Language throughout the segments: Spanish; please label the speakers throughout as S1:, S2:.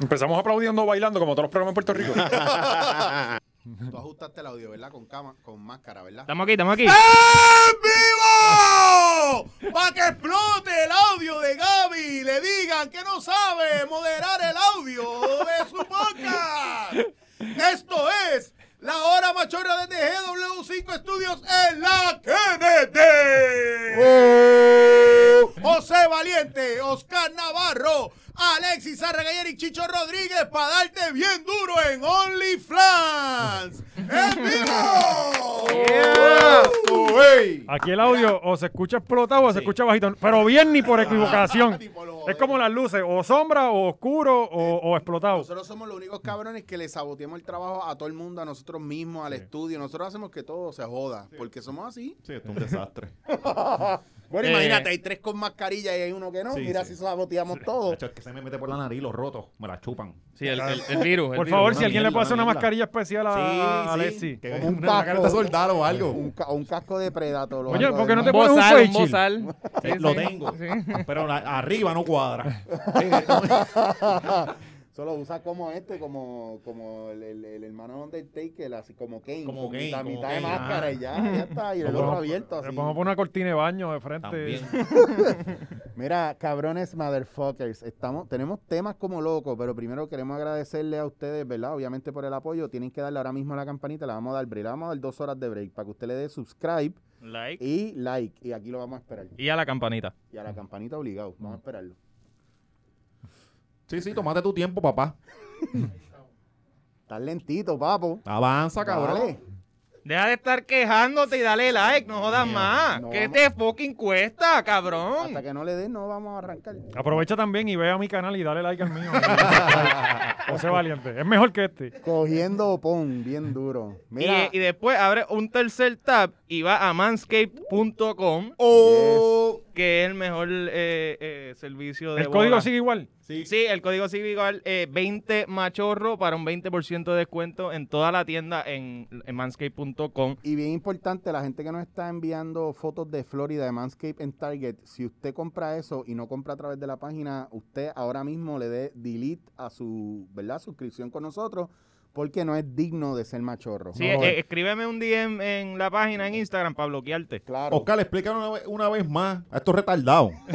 S1: Empezamos aplaudiendo, bailando, como todos los programas en Puerto Rico.
S2: Tú ajustaste el audio, ¿verdad? Con, cama, con máscara, ¿verdad?
S3: Estamos aquí, estamos aquí.
S2: ¡En vivo! ¡Para que explote el audio de Gaby y le digan que no sabe moderar el audio de su podcast! Esto es la hora machorra desde GW5 Estudios en la Kennedy. José Valiente, Oscar Navarro, Alexis Arregayer y Chicho Rodríguez para darte bien duro en OnlyFans. ¡En vivo! Oh,
S4: Aquí el audio o se escucha explotado o se escucha bajito, pero bien ni por equivocación.
S2: Tipo, lo
S4: Es como las luces, o sombra, o oscuro, o, o
S5: Pues
S4: explotado.
S2: Nosotros somos los únicos cabrones que le saboteamos el trabajo a todo el mundo, a nosotros mismos, al estudio. Nosotros hacemos que todo se joda, porque somos así.
S6: Sí, esto es un desastre.
S2: Bueno,
S3: Eh.
S2: imagínate, hay tres con mascarilla y hay uno que no.
S6: Sí,
S2: Mira
S6: sí.
S2: si saboteamos
S6: De
S2: todo.
S6: hecho, el que se me mete por la nariz, los rotos, me la chupan.
S3: Sí, el, el- el virus. el
S4: Por
S3: virus.
S4: favor,
S6: una
S4: si alguien le
S6: mierda,
S4: puede hacer
S6: una
S4: una
S6: mierda.
S4: mascarilla especial
S3: Ah,
S4: a, a Alexi.
S6: Que
S2: Como un
S6: una
S2: taco.
S6: carta soldado o algo.
S2: Un, ca- un casco de predator. o
S4: Oye,
S2: algo
S4: ¿por qué
S2: de
S4: no te
S2: más.
S4: pones un
S3: bozal, un
S4: face shield.
S3: bozal.
S6: Sí,
S3: Sí,
S6: lo
S3: sí.
S6: tengo.
S3: Sí.
S6: Pero la- arriba no cuadra.
S2: Solo usa como este, como, como el, el, el hermano de Undertaker, así como Kane.
S6: Como
S2: con
S6: Kane,
S2: mitad,
S6: como
S2: mitad de
S6: Kane,
S2: máscara
S6: ah.
S2: y ya, ya está. Y el
S4: Le
S2: otro
S4: pongo-
S2: abierto
S4: Le
S2: así.
S4: ponemos una cortina de baño de frente.
S6: También.
S2: Mira, cabrones, motherfuckers, estamos, tenemos temas como locos, pero primero queremos agradecerle a ustedes, ¿verdad? Obviamente por el apoyo. Tienen que darle ahora mismo a la campanita, la vamos a dar break, le vamos a dar dos horas de break para que usted le dé subscribe
S3: Like.
S2: y like. Y aquí lo vamos a esperar.
S3: Y a la campanita.
S2: Y a la campanita obligado,
S6: Mm.
S2: vamos a esperarlo.
S6: Sí, sí, tomate tu tiempo, papá.
S2: Estás lentito, papo.
S6: Avanza, cabrón.
S2: Dale.
S3: Deja de estar quejándote y dale like, no jodas más.
S2: No,
S3: ¿Qué
S2: vamos.
S3: te fucking cuesta, cabrón?
S2: Hasta que no le den, no vamos a arrancar.
S4: Aprovecha también y ve a mi canal y dale like al mío. José Valiente. Es mejor que este.
S2: Cogiendo pon, bien duro.
S3: Y,
S2: Mira,
S3: y después abre un tercer tab y va a manscaped.com,
S2: Oh.
S3: que es el mejor eh, eh, servicio de
S4: El código
S3: boda.
S4: sigue igual.
S6: Sí,
S3: Sí, el código sigue igual eh, 20 machorro para un 20% de descuento en toda la tienda en, en manscaped.com.
S2: Y bien importante, la gente que nos está enviando fotos de Florida, de Manscape en Target, si usted compra eso y no compra a través de la página, usted ahora mismo le dé delete a su ¿verdad? suscripción con nosotros, porque no es digno de ser machorro.
S3: Sí, eh, escríbeme un DM en la página en Instagram para bloquearte.
S2: Claro.
S6: Oscar, explícanos una, vez- una vez más a estos retardados.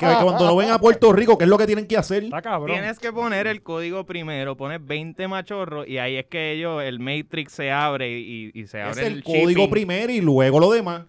S6: que cuando lo ven a Puerto Rico, ¿qué es lo que tienen que hacer?
S4: Está cabrón.
S3: Tienes que poner el código primero, pones 20 machorro y ahí es que ellos, el Matrix se abre y, y se
S6: Es
S3: abre
S6: el código
S3: shipping.
S6: primero y luego lo demás.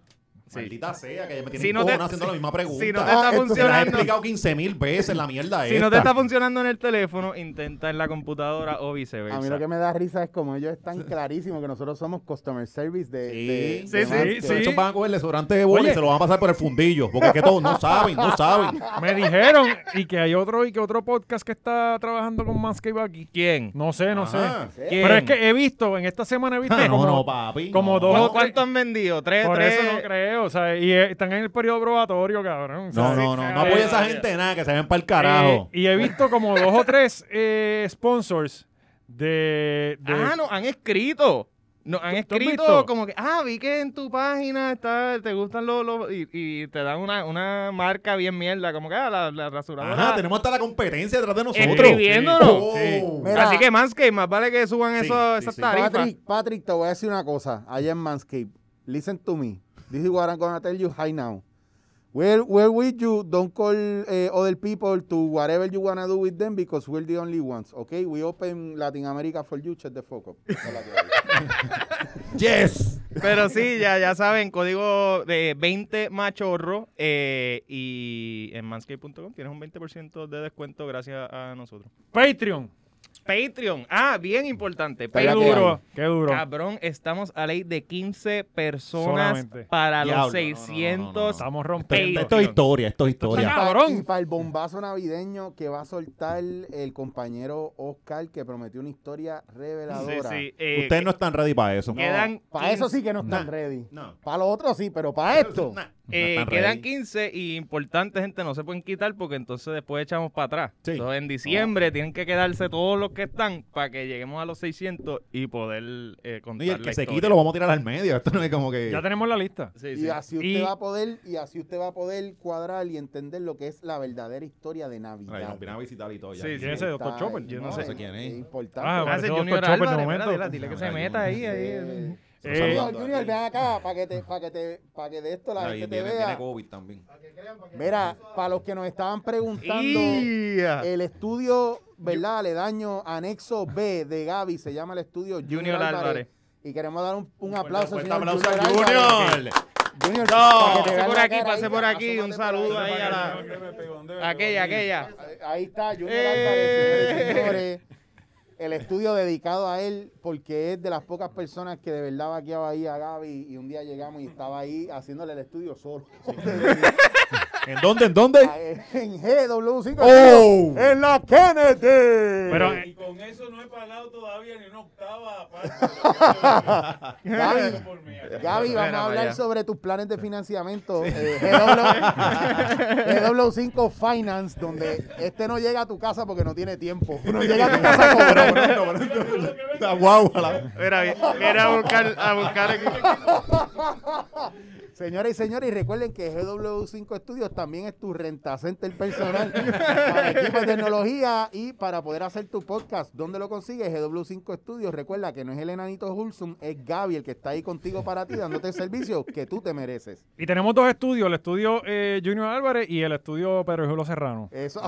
S3: Sí.
S6: Maldita sea, que me tienen
S3: Si no te-
S6: cojonado haciendo la misma pregunta.
S3: Si no te está
S2: Ah, esto-
S6: Se las he
S3: funcionando,
S6: explicado 15 mil veces la mierda
S3: si
S6: esta.
S3: no te está funcionando en el teléfono, intenta en la computadora o
S2: A mí lo
S3: viceversa.
S2: que me da risa es como ellos están clarísimos que nosotros somos customer service de, de-
S6: Sí,
S2: de
S4: sí,
S2: Manscaped.
S4: sí.
S6: Estos van a coger el sobrante de bola
S4: Oye.
S6: y se lo van a pasar por el fundillo. Porque es que todos no saben, no saben.
S4: Me dijeron y que hay otro y que otro podcast que está trabajando con Manscape aquí.
S3: ¿Quién?
S4: No sé, no
S3: Ah.
S6: Ajá.
S4: sé. Pero es
S3: ¿Quién?
S4: que he visto, en esta semana he visto
S6: Ah, no,
S4: como,
S6: no, papi.
S4: como
S6: no.
S4: dos
S3: ¿Cu-
S4: o tres-
S3: ¿Cuánto han vendido? ¿Tres?
S4: Por
S3: tres?
S4: eso no creo, o sea, y eh, están en el periodo probatorio, cabrón. o sea,
S6: No, no, no. No
S4: eh,
S6: apoya a esa gente nada, que se ven para el carajo.
S4: eh, y he visto como dos o tres eh, sponsors de, de-
S3: Ah, no, han escrito. No, han
S4: ¿Tú- tú has
S3: escrito
S4: visto?
S3: como que, ah, vi que en tu página está, te gustan los, los- y, y te dan una, una marca bien mierda, como que, ah, la, la rasuradora.
S6: Ajá, tenemos hasta la competencia detrás de nosotros.
S3: escribiéndonos.
S4: Sí.
S6: Oh.
S2: Mira,
S3: Así que Manscaped, más vale que suban
S6: Sí,
S3: eso-
S6: sí,
S3: esas
S6: sí.
S3: tarifas.
S2: Patrick, Patrick, te voy a decir una cosa. Allá en Manscape, listen to me. This is what I'm going to tell you right now. We're, we're with you. Don't call eh, other people to whatever you want to do with them because we're the only ones. Okay? We open Latin America for you. Check the fuck up. Esa es la que hay.
S6: Yes.
S3: Pero sí, ya, ya saben, código de 20 machorro eh, y en manscaped.com tienes un 20% de descuento gracias a nosotros.
S4: Patreon.
S3: Patreon, ah, bien importante.
S2: Está
S4: Qué
S2: la que
S3: Patreon.
S4: duro, qué duro.
S3: Cabrón, estamos a ley de 15 personas
S4: Solamente.
S3: para
S6: Diablo,
S3: los
S6: no, no, no,
S3: 600.
S6: no, no, no.
S4: Estamos rompiendo.
S6: Esto es historia, esto es historia.
S2: Y
S4: Cabrón.
S2: para el bombazo navideño que va a soltar el compañero Oscar que prometió una historia
S3: Sí,
S2: reveladora.
S3: sí, eh,
S6: Ustedes no están ready para eso.
S3: No. Quedan
S2: Para eso
S3: 15.
S2: sí que no están
S6: Nah.
S2: ready.
S6: No.
S2: Para lo otro sí, pero para esto.
S6: Nah, no
S3: eh,
S6: están
S3: quedan
S6: ready.
S3: 15 y importante, gente, no se pueden quitar porque entonces después echamos para atrás.
S6: Sí.
S3: Entonces, en diciembre tienen que quedarse todos los que están para que lleguemos a los 600 y poder eh,
S6: No,
S3: contar
S6: y el que
S3: la
S6: se
S3: historia.
S6: quite lo vamos a tirar al medio. Esto no es como que.
S4: Ya tenemos la lista.
S3: Sí, sí.
S2: Y así usted
S4: Y-
S2: va a poder, y así usted va a poder cuadrar y entender lo que es la verdadera historia de
S6: Ay,
S2: Navidad.
S6: nos viene a visitar y todo. Ya.
S3: Sí, sí.
S4: ¿Quién es ese
S2: Está-
S4: doctor Chopper?
S6: Yo no sé quién es.
S2: Es importante.
S4: Ah,
S3: Gracias,
S4: Parece
S3: Junior
S4: Dr. Chopper de
S3: Álvarez,
S4: momento.
S3: espérate, dile que se
S6: Ay,
S3: meta ahí, ahí.
S2: Eh,
S6: Pero
S4: Eh,
S2: Junior,
S6: saludando
S2: Junior,
S6: aquí.
S2: ven acá para que, te, para, que te, para que de esto la
S6: Ay,
S2: gente te
S6: tiene,
S2: vea.
S6: tiene COVID también.
S2: Mira, para los que nos estaban preguntando,
S3: ¡Ia!
S2: el estudio, ¿verdad? Aledaño anexo B de Gaby se llama el estudio Junior,
S3: Junior
S2: Álvarez.
S3: Álvarez.
S2: Y queremos dar un, un aplauso al
S6: Fuerte
S2: señor
S6: aplauso a
S2: Junior Álvarez.
S6: Junior.
S2: Junior, para que
S3: Pase
S2: te vean
S3: por
S2: la
S3: aquí,
S2: cara
S3: pase
S2: ahí,
S3: por aquí.
S2: asómate
S3: Un
S2: por ahí.
S3: saludo ahí a la... Aquella, aquella.
S2: Ahí- Ahí está, Junior
S3: ¡Eh!
S2: Álvarez, señoras y señores. El estudio dedicado a él, porque es de las pocas personas que de verdad vaqueaba ahí a Gaby. Y un día llegamos y estaba ahí haciéndole el estudio solo.
S6: ¿En dónde? ¿En dónde?
S2: en GW5.
S6: ¡Oh!
S2: ¡En la Kennedy!
S4: Pero
S5: Y
S4: eh,
S5: con eso no he pagado todavía ni una octava aparte.
S2: Gaby,
S5: Por mí.
S2: Gaby, vamos
S3: Mira,
S2: a hablar
S3: vaya.
S2: sobre tus planes de financiamiento. Eh, GW, 5 Finance, donde este no llega a tu casa porque no tiene tiempo. No llega a tu casa cobrando.
S6: La guagua. la-
S3: Mira, mira a buscar, a buscar aquí.
S2: Señoras y señores, y recuerden que GW5 Estudios también es tu renta center personal para equipos de tecnología y para poder hacer tu podcast. ¿Dónde lo consigues? GW5 Estudios. Recuerda que no es el enanito Hulsum, es Gaby el que está ahí contigo para ti, dándote el servicio que tú te mereces.
S4: y tenemos dos estudios, el estudio eh, Junior Álvarez y el estudio Pedro Julio Serrano.
S2: Eso.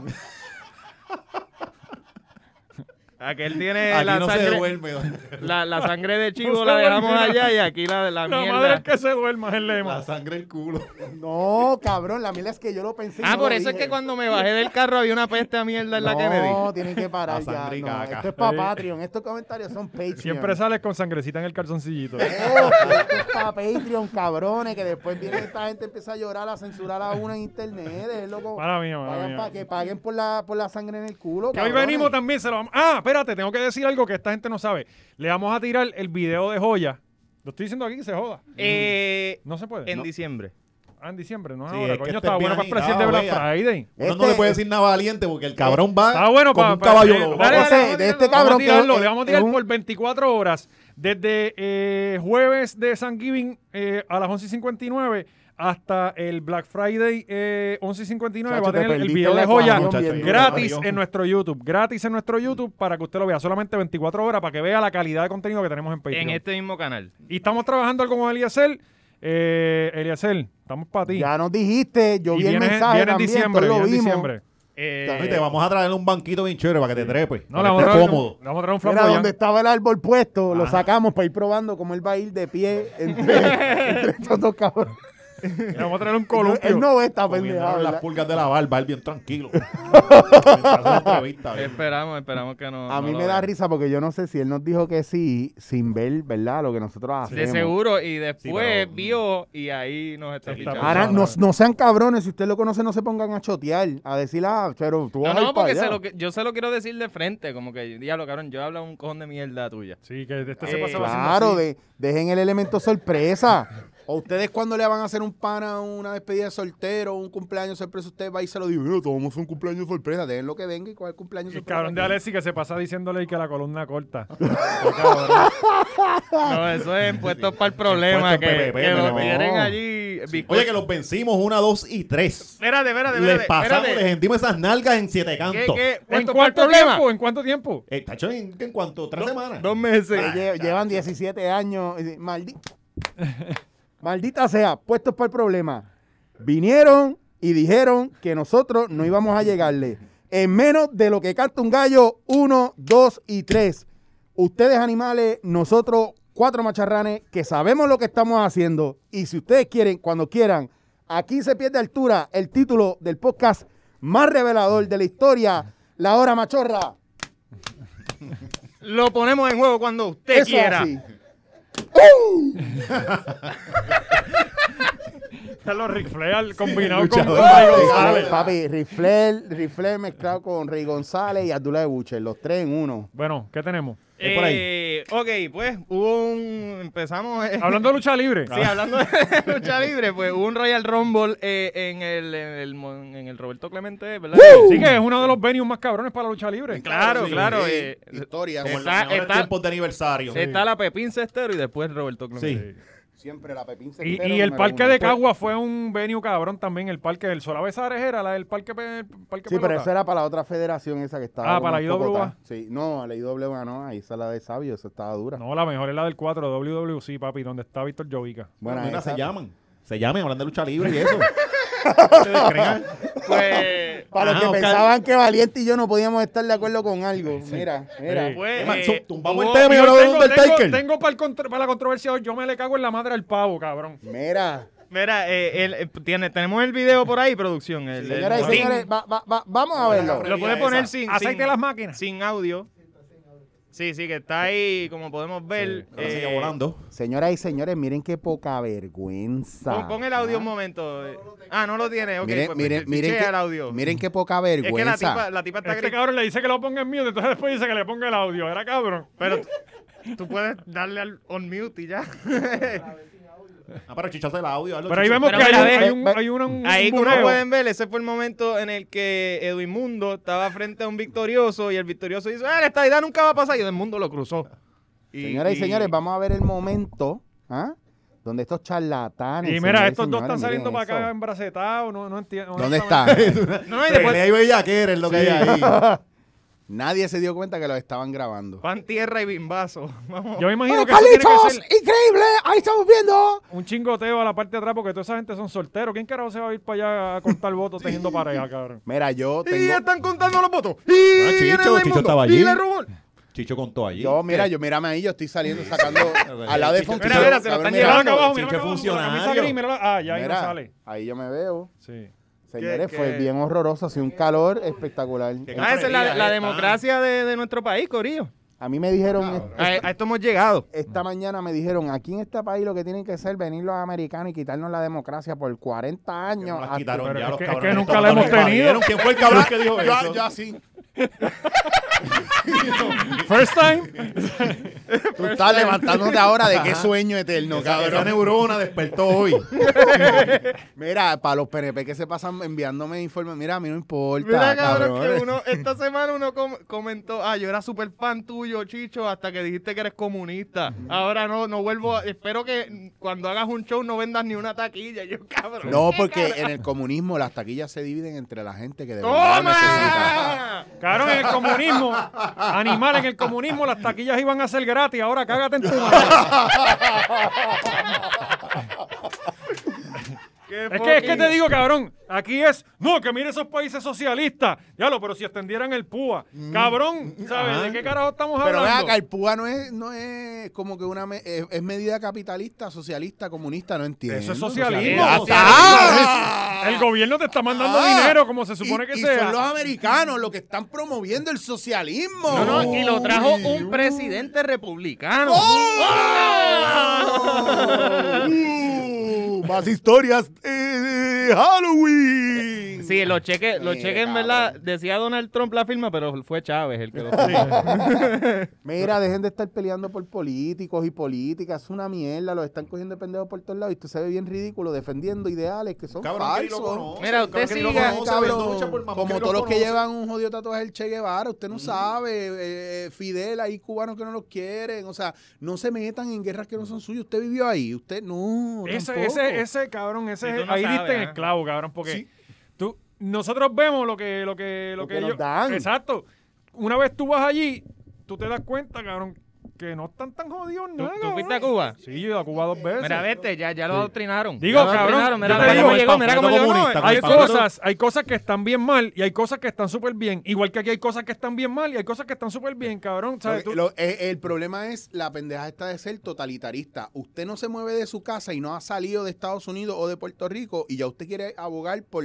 S3: Aquel tiene Eh, la
S6: Aquí no se
S3: sangre.
S6: duerme. don-
S3: La, la sangre de
S4: No
S3: chivo
S4: se
S3: la dejamos
S4: duerme, no.
S3: allá y aquí la de la,
S4: La
S3: mierda.
S4: madre es que se duerma es el
S6: La
S4: lema.
S6: sangre el culo.
S2: No, cabrón, la mierda es que yo lo pensé. y
S3: Ah,
S2: no
S3: por
S2: lo
S3: eso es
S2: dije.
S3: que cuando me bajé del carro había una peste a mierda en la Kennedy.
S2: No, tienen que parar
S6: La
S2: ya.
S6: sangre y
S2: no,
S6: caca.
S2: esto es para Patreon. Estos comentarios son Patreon.
S4: Siempre sales con sangrecita en el calzoncillito.
S2: Oh, esto es pa' Patreon, cabrones, que después viene esta gente empieza a llorar, a censurar a uno en internet, es loco.
S4: Mala mía, mala
S2: Pagan
S4: mía.
S2: pa' que paguen por la, por la sangre en el culo.
S4: Que hoy
S2: cabrones.
S4: venimos también, se lo vamos. Ah, espérate, tengo que decir algo que esta gente no sabe. Le vamos a tirar el video de joya. Lo estoy diciendo aquí que se joda.
S3: Eh,
S4: No se puede. Mm.
S3: en
S4: No.
S3: diciembre.
S4: Ah, en diciembre, no es
S6: Sí,
S4: ahora.
S6: es que
S4: Coño,
S6: este
S4: está
S6: es
S4: bueno para el
S6: bien
S4: presidente de Black
S6: agitado,
S4: Friday.
S6: Uno no le
S2: Este-
S6: puede decir nada valiente porque el cabrón va
S4: Está bueno
S6: como
S4: para-
S6: un
S4: para-
S6: caballo
S4: eh,
S6: loco.
S4: dale,
S2: Ese-
S4: dale,
S2: de
S4: dale,
S2: este
S4: vamos a
S2: cabrón que-
S4: tirarlo,
S2: eh,
S4: le vamos a tirar
S2: un-
S4: por 24 horas. Desde eh, jueves de San Giving a las 11.59 hasta el Black Friday eh, 11.59 va
S2: Chacho,
S4: a
S2: te
S4: tener el
S2: perdiste
S4: video
S2: la
S4: de joya
S2: ecuación,
S6: muchacho,
S2: bien
S4: gratis
S6: Mario.
S4: en nuestro YouTube. Gratis en nuestro YouTube para que usted lo vea. Solamente 24 horas para que vea la calidad de contenido que tenemos en Patreon.
S3: En este mismo canal.
S4: Y estamos trabajando algo con Eliezer. Eh, Eliezer, estamos para ti.
S2: Ya nos dijiste, yo
S4: y
S2: vi el
S4: viene,
S2: mensaje
S4: viene en
S2: también,
S4: diciembre, viene
S2: todos lo
S4: en
S2: vimos.
S4: diciembre.
S3: Eh,
S6: No, y te vamos a traer un banquito bien chévere para que te trepes.
S4: No, le
S6: para
S4: vamos, a
S6: que estés
S4: traer,
S6: cómodo.
S4: le vamos a traer un
S2: Mira,
S4: flamboyán.
S2: donde estaba el árbol puesto, lo sacamos para ir probando cómo él va a ir de pie entre, entre estos dos cabrones.
S4: Le vamos a traer un
S2: Él
S4: columpio.
S2: no ve esta
S6: Comiendo
S2: pendejada,
S6: las
S2: ¿verdad?
S6: pulgas de la barba, él bien tranquilo. Mientras hace entrevista, bien.
S3: Esperamos, esperamos que no.
S2: A
S3: no
S2: mí
S3: lo
S2: me da
S3: vean.
S2: risa porque yo no sé si él nos dijo que sí sin ver, ¿verdad? Lo que nosotros hacemos.
S3: De seguro, y después
S6: pero-
S3: vio y ahí nos está
S4: Está
S3: pichando.
S2: Ahora, no, no sean cabrones, si usted lo conoce, no se pongan a chotear, a decir, ah, pero tú vas
S3: No,
S2: a ir
S3: no, porque
S2: para
S3: se
S2: allá.
S3: lo que- yo se lo quiero decir de frente, como que, diablo, cabrón, yo he hablado un cojón de mierda tuya.
S4: Sí, que este
S3: Eh,
S4: se pasaba haciendo
S2: Claro,
S4: así.
S2: de- dejen el elemento sorpresa. ¿O ustedes cuando le van a hacer un pana, una despedida de soltero, un cumpleaños sorpresa, usted va y se lo dice, no, tomamos un cumpleaños sorpresa, dejen lo que venga y cuál cumpleaños
S4: Y el
S2: sorpresa.
S4: cabrón de Alexi que se pasa diciéndole que la columna corta.
S3: No, eso es impuestos para el problema, que,
S6: Impuestos en PPP,
S3: que lo
S6: no.
S3: tienen allí. bizcocho.
S6: Oye, que los vencimos una, dos y tres.
S3: Espérate, espérate, espérate.
S6: Les pasamos,
S3: espérate.
S6: les rendimos esas nalgas en siete
S3: ¿Qué,
S6: cantos.
S3: qué?
S4: ¿En
S3: ¿Cuánto, cuánto
S4: cuánto
S3: problema?
S4: tiempo? ¿En cuánto tiempo?
S6: Eh, tacho, ¿en, en cuánto? ¿Tres semanas?
S3: Dos meses.
S2: Lle- Llevan 17 años, y- maldi- maldita sea, puestos para el problema. Vinieron y dijeron que nosotros no íbamos a llegarle. En menos de lo que canta un gallo, uno, dos y tres. Ustedes animales, nosotros cuatro macharranes que sabemos lo que estamos haciendo. Y si ustedes quieren, cuando quieran, aquí se pierde altura el título del podcast más revelador de la historia, La Hora Machorra.
S3: Lo ponemos en juego cuando usted
S2: Eso
S3: quiera.
S2: así.
S4: Carlos Ric Flair combinado con
S6: luchador.
S4: Ray
S2: Rifle,
S4: González.
S2: Papi, Rifle, Rifle mezclado con Rey González y Abdullah de Bucher, los tres en uno.
S4: Bueno, ¿qué tenemos?
S6: Es por ahí.
S3: Eh, ok, pues hubo un. Empezamos. eh,
S4: Hablando de lucha libre.
S3: Sí, hablando de lucha libre, pues hubo un Royal Rumble eh, en, el, en, el, mon- en el Roberto Clemente, ¿verdad?
S4: Sí que es uno de los venues más cabrones para la lucha libre.
S3: Claro,
S6: Sí,
S3: claro.
S6: sí.
S3: eh,
S5: Historia,
S6: Como en los
S3: Está-
S6: mejores
S3: está-
S6: tiempos de aniversario.
S3: Está la Pepín Cestero y después Roberto Clemente.
S6: Sí.
S5: siempre la Pepín
S4: Y,
S5: Cestero
S4: y el
S5: número
S4: parque
S5: uno.
S4: de Cagua fue un venue cabrón también. El parque del Solá Besares era la del parque. pe- parque
S2: Sí, pero
S4: pelota.
S2: eso era para la otra federación esa que estaba.
S4: Ah,
S2: como
S4: para la
S2: en
S4: IWA.
S2: Cocotá. Sí, no, la IWA no, ahí está la de Sabio, esa estaba dura.
S4: No, la mejor es la del 4, WWC, papi, donde está Víctor Jovica.
S2: Bueno,
S6: Mira,
S2: esa-
S6: se llaman. Se llaman, hablan de lucha libre y eso.
S3: Pues,
S2: Para los
S6: Ah,
S2: que
S6: ok.
S2: pensaban que Valiente y yo no podíamos estar de acuerdo con algo. Mira, mira.
S3: pues,
S6: Man,
S3: eh,
S6: so- tumbamos el
S3: hubo-
S6: tema y
S4: Yo
S6: hablamos de
S4: tengo, tengo,
S6: Undertaker.
S4: tengo para, el contra- para la controversia hoy, yo me le cago en la madre al pavo, cabrón.
S2: Mira.
S3: Mira, eh, el- eh, tiene, tenemos el video por ahí, producción. el- el-
S2: Señoras y
S3: sin-
S2: señores, va- va- va- vamos a verlo.
S3: Lo puedes poner sin,
S4: Aceite
S3: sin-
S4: de las máquinas.
S3: sin audio. Sí, sí, que está ahí, como podemos ver.
S6: Ahora
S3: eh,
S6: sigue volando.
S2: Señoras y señores, miren qué poca vergüenza.
S3: Pon, pon el audio un momento. eh. Ah, no lo tiene. Ok,
S5: Miren,
S3: pues,
S5: miren,
S3: pichea
S5: miren,
S3: el audio.
S5: qué, miren qué poca
S3: es que la
S5: vergüenza.
S3: tipa, la tipa está
S4: Este
S3: gritando.
S4: cabrón le dice que lo ponga en mute, entonces después dice que le ponga el audio. Era cabrón.
S3: Pero tú- tú puedes darle al on mute y ya.
S6: Ah, pero chichaste el audio. hazlo,
S4: Pero ahí
S6: chichaste.
S4: vemos
S3: Pero
S4: que hay,
S3: mira,
S4: un,
S3: ve-
S4: hay un-
S2: ve-
S4: hay una- un-
S3: Ahí
S4: un
S3: como
S4: bureo.
S3: pueden ver, ese fue el momento en el que Edwin Mundo estaba frente a un victorioso y el victorioso dice, ah, esta idea nunca va a pasar y el mundo lo cruzó. Y-
S2: Señoras y señores, vamos a ver el momento ¿ah? donde estos charlatanes.
S4: Y mira,
S2: señores
S4: estos dos
S2: señores,
S4: están saliendo
S2: miren
S4: para acá
S2: eso.
S4: embracetados, no, no entiendo.
S2: ¿Dónde está?
S3: No, y
S4: Pues-
S3: después
S6: Pelea y bellaquera es lo que hay ahí.
S5: Nadie se dio cuenta que los estaban grabando.
S3: pan tierra y bimbazo. Vamos.
S4: Yo me imagino
S2: ¡Oye,
S4: que eso tiene que
S2: Carlitos!
S4: ser
S2: ¡Increíble! Ahí estamos viendo.
S4: un chingoteo a la parte de atrás porque toda esa gente son solteros. ¿Quién carajo se va a ir para allá a cortar votos teniendo pareja, cabrón?
S2: Mira, yo
S3: Y
S2: tengo.
S3: están contando los votos. Y
S6: Bueno, Chicho,
S3: viene
S6: Chicho
S3: Raimundo,
S6: estaba
S3: Y
S6: allí.
S3: le robó.
S6: Chicho contó allí.
S2: Yo, mira, yo, mírame ahí, yo estoy saliendo sacando al lado de Fonky.
S3: Mira, mira, se lo están
S2: Cabrón, mira.
S4: Mira
S3: llevando.
S4: acá abajo, mira
S6: Chicho
S4: acá abajo, con la camisa
S6: funcionario.
S4: gris, mira, Ah, ya ahí no
S2: Mira,
S4: sale.
S2: Ahí yo me veo.
S4: Sí.
S2: Señores,
S3: ¿Qué-
S2: fue
S3: qué?
S2: bien horroroso, hacía un calor espectacular.
S3: Ah, esa es la, la
S6: Ah.
S3: democracia de, de nuestro país, Corillo.
S2: A mí me dijeron,
S3: A, a esto hemos llegado.
S6: Mm.
S2: esta mañana me dijeron, aquí en este país lo que tienen que hacer es venir los americanos y quitarnos la democracia por 40 años.
S6: Nos las
S2: hasta-
S6: quitaron
S4: Pero
S6: ya
S4: es
S6: los
S4: que- es
S6: cabrones.
S4: que nunca
S6: Todos
S4: la hemos
S6: nos invadieron.
S4: tenido.
S6: ¿Quién fue el cabrón que dijo eso?
S5: Yo, yo así.
S4: First time.
S5: Tú estás levantándote ahora de qué sueño eterno,
S6: Esa- Esa
S5: cabrón.
S6: neurona despertó hoy.
S5: Mira, para los PNP que se pasan enviándome informes, mira, a mí no importa.
S3: Mira, cabrón,
S5: cabrones.
S3: que uno, esta semana uno com- comentó, ah, yo era súper fan tuyo, Chicho, hasta que dijiste que eres comunista. Ahora no, no vuelvo, a- espero que mm, cuando hagas un show no vendas ni una taquilla, yo, cabrón.
S5: No,
S3: ¿qué
S5: porque
S3: cara-
S5: en el comunismo las taquillas se dividen entre la gente que de verdad lo necesita.
S3: ¡Toma!
S4: Cabrón, en el comunismo. Animal, en el comunismo las taquillas iban a ser gratis. Ahora cágate en tu madre. Es que, es que te digo, cabrón, aquí es, no, que mire esos países socialistas. Ya lo, pero si extendieran el PUA. Cabrón, ¿sabes? ¿De qué carajo estamos
S5: Mm, Pero vean
S4: hablando?
S5: acá, el PUA no es, no es como que una... me- es, es medida capitalista, socialista, comunista, no entiendo.
S4: Eso es socialismo.
S6: Ya
S4: Ah, El gobierno te está mandando
S5: Ah,
S4: dinero como se supone
S5: y-
S4: que
S5: y
S4: sea.
S5: son los americanos los que están promoviendo el socialismo.
S3: No, no, y lo trajo un presidente republicano.
S5: ¡Oh!
S6: ¡Ah!
S3: ¡Oh!
S5: Uh, más historias eh, de Halloween.
S3: Sí, los cheques, los
S5: Sí,
S3: cheques en
S5: cabrón.
S3: verdad, decía Donald Trump la firma, pero fue Chávez el que lo
S2: Mira, dejen de estar peleando por políticos y políticas. Es una mierda, los están cogiendo de pendejos por todos lados y tú se ve bien ridículo defendiendo ideales que son
S6: Cabrón, que ni lo
S2: falsos.
S6: conoce.
S3: Mira,
S6: Cabrón,
S3: usted
S6: que ni lo
S3: siga.
S6: conoce,
S2: Cabrón,
S6: vendo lucha por mamón,
S5: Como
S6: que ni
S5: todos los que
S6: conoce.
S5: llevan un jodido tatuaje del Che Guevara, usted no sabe, eh, eh, Fidel, hay cubanos que no los quieren, o sea, no se metan en guerras que no son suyas, usted vivió ahí, usted no.
S4: Ese,
S5: tampoco.
S4: ese, ese, cabrón, ese,
S3: Y
S4: es
S3: tú
S4: el-
S3: no
S4: ahí
S3: sabes,
S4: diste en
S3: ¿ah?
S4: el clavo, cabrón, porque tú, nosotros vemos lo que, lo que, lo
S2: Lo
S4: que,
S2: que nos
S4: ellos-
S2: dan.
S4: Exacto. Una vez tú vas allí, tú te das cuenta, cabrón, que no están tan jodidos
S3: ¿Tú,
S4: nada.
S3: tú fuiste a
S4: cabrón.
S3: Cuba?
S4: Sí, yo he ido a Cuba dos veces.
S3: Mira, vete, ya, ya lo adoctrinaron.
S4: Digo,
S3: Ya lo
S4: cabrón,
S3: adoctrinaron,
S4: yo
S3: Mira,
S4: te
S3: mira
S4: digo,
S3: cómo
S4: el
S3: llegó, mira cómo
S6: panfleto
S3: llegó. No,
S6: comunista,
S4: hay
S6: el Papá,
S4: cosas, hay cosas que están bien mal y hay cosas que están súper bien. Igual que aquí hay cosas que están bien mal y hay cosas que están súper bien, cabrón. ¿sabes?
S5: Lo-
S4: Tú-
S5: lo- eh, el problema es la pendeja esta de ser totalitarista. Usted no se mueve de su casa y no ha salido de Estados Unidos o de Puerto Rico y ya usted quiere abogar por,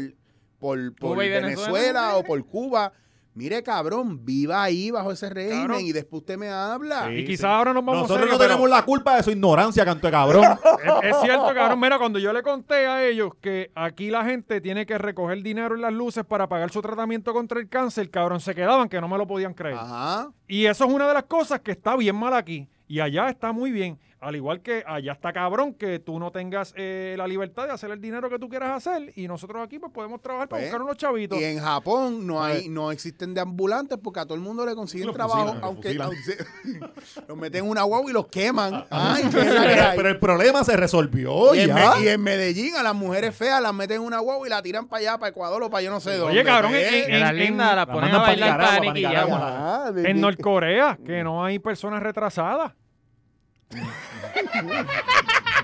S5: por, por
S3: Cuba y
S5: Venezuela
S3: Venezuela.
S5: o por Cuba Mire, cabrón, viva ahí bajo ese régimen
S4: Cabrón.
S5: y después usted me habla.
S4: Y quizás ahora nos vamos
S6: Nosotros
S4: serios,
S6: no tenemos la culpa de su ignorancia, canto de cabrón.
S4: pero es, es cierto, cabrón. Mira, cuando yo le conté a ellos que aquí la gente tiene que recoger dinero en las luces para pagar su tratamiento contra el cáncer, cabrón, se quedaban que no me lo podían creer.
S5: Ajá.
S4: Y eso es una de las cosas que está bien mal aquí. Y allá está muy bien. Al igual que allá está cabrón que tú no tengas eh, la libertad de hacer el dinero que tú quieras hacer. Y nosotros aquí pues podemos trabajar para
S5: Pues,
S4: buscar unos chavitos.
S5: Y en Japón no hay, no existen de ambulantes porque a todo el mundo le consiguen
S6: Los
S5: trabajo,
S6: fusilan, los
S5: aunque,
S6: fusilan. Ah,
S5: aunque- los meten en una guagua y los queman. Ay, qué es la que
S6: pero,
S5: hay.
S6: pero el problema se resolvió
S5: y, en
S6: ya.
S5: Me- y en Medellín a las mujeres feas las meten en una guagua y la tiran para allá, para Ecuador o para yo no sé dónde.
S4: Oye, cabrón,
S5: ¿Qué?
S4: en- en-
S3: Era
S4: en-
S3: linda, la ponen a
S6: mandan pa'
S3: bailar
S6: Nicaragua, pa'
S3: Panic y ya,
S6: Nicaragua.
S3: bueno.
S2: Ajá, de-
S4: En
S2: de-
S4: Norcorea, que no hay personas retrasadas.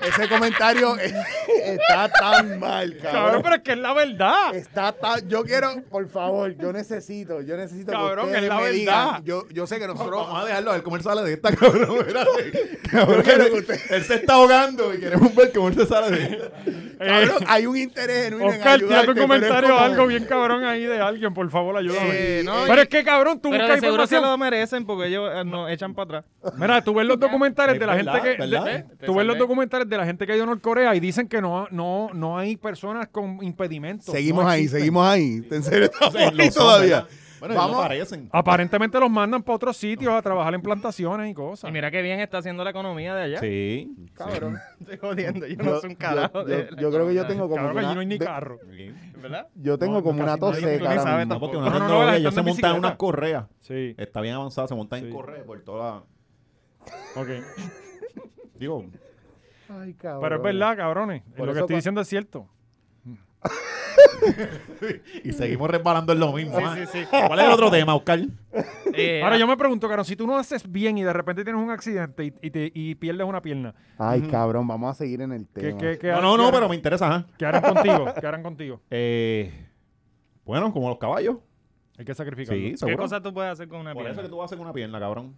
S5: Ese comentario es- está tan mal,
S4: Cabrón,
S5: cabrón.
S4: pero es que es la verdad.
S5: Está tan. Yo quiero.
S2: Por favor, yo necesito, yo necesito. que
S4: Cabrón,
S2: ustedes
S4: es la
S2: me
S4: verdad. Eh,
S5: Digan, yo, yo sé que nosotros.
S6: Vamos a dejarlo, a ver cómo él sale de esta, cabrón. espérate. Cabrón, él, él se está ahogando y queremos ver cómo él se sale de esta.
S5: Eh, Cabrón, hay un interés genuino en
S4: Eh, Oscar, tira
S5: ayudarte,
S4: tu
S5: pero es
S4: comentario
S5: como-
S4: algo bien cabrón ahí de alguien, por favor, ayúdame.
S7: Eh, no,
S4: pero
S7: y-
S4: es que cabrón, tú
S3: Pero
S4: buscas
S3: de seguro se
S4: información.
S7: lo merecen porque ellos eh, nos echan para atrás.
S4: Mira, tú ves los documentales
S6: Es
S4: de la
S6: verdad,
S4: gente que.
S6: ¿verdad?
S4: de-
S6: Eh,
S4: tú ves los
S7: salvé.
S4: documentales de la gente que ha ido a Norcorea y dicen que no, no, no hay personas con impedimentos.
S5: Seguimos
S4: No
S5: ahí,
S4: existen.
S5: seguimos ahí. En serio, estamos
S6: Lo
S5: ahí
S6: son,
S5: todavía.
S6: ¿verdad? Bueno,
S5: Vamos.
S6: Vamos. no parecen.
S4: Aparentemente los mandan para otros sitios a trabajar en plantaciones y
S3: Y
S4: cosas.
S3: mira qué bien está haciendo la economía de allá.
S6: Sí.
S2: Cabrón.
S7: Estoy jodiendo, yo,
S2: Yo,
S7: no soy un carajo.
S2: yo-
S7: de-
S2: yo- yo creo que yo tengo como
S4: Cabrón,
S2: que
S4: allí
S2: una-
S4: no hay ni
S2: de-
S4: carro.
S7: ¿Verdad?
S2: yo tengo
S4: No,
S2: como una
S4: casi
S2: tos
S4: nadie-
S2: seca
S4: nadie
S2: ahora
S7: sabe
S2: mismo.
S6: No, porque
S4: No,
S6: una
S4: no, no,
S6: no,
S4: las
S6: ellos
S4: están
S6: se
S4: en
S6: montan en
S4: bicicleta.
S6: unas correas.
S4: Sí,
S6: Está bien avanzada, se montan
S4: Sí.
S6: en correas por toda.
S4: ok.
S6: Digo,
S2: Ay, cabrón.
S4: Pero es verdad, cabrones. Lo
S2: Por
S4: que
S2: eso
S4: estoy
S2: cua-
S4: diciendo es cierto.
S6: y seguimos resbalando en lo mismo. ¿ah?
S3: sí, sí.
S6: ¿Cuál es el otro tema, Oscar?
S3: Eh,
S4: Ahora yo me pregunto, Carón, si tú no haces bien y de repente tienes un accidente y, y te- y pierdes una pierna,
S2: Ay, cabrón, vamos a seguir en el
S4: ¿qué,
S2: tema.
S4: qué- qué
S6: No,
S4: harán-
S6: no,
S4: qué
S6: no,
S4: harán-
S6: pero me interesa. ajá.
S4: ¿Qué harán contigo? ¿Qué harán contigo?
S6: Eh, bueno, como los caballos.
S4: Hay que sacrificarlo.
S6: Sí,
S3: ¿Qué
S6: seguro.
S3: cosa tú puedes hacer con una
S6: Por eso que
S3: pierna?
S6: tú vas a hacer con una pierna, cabrón.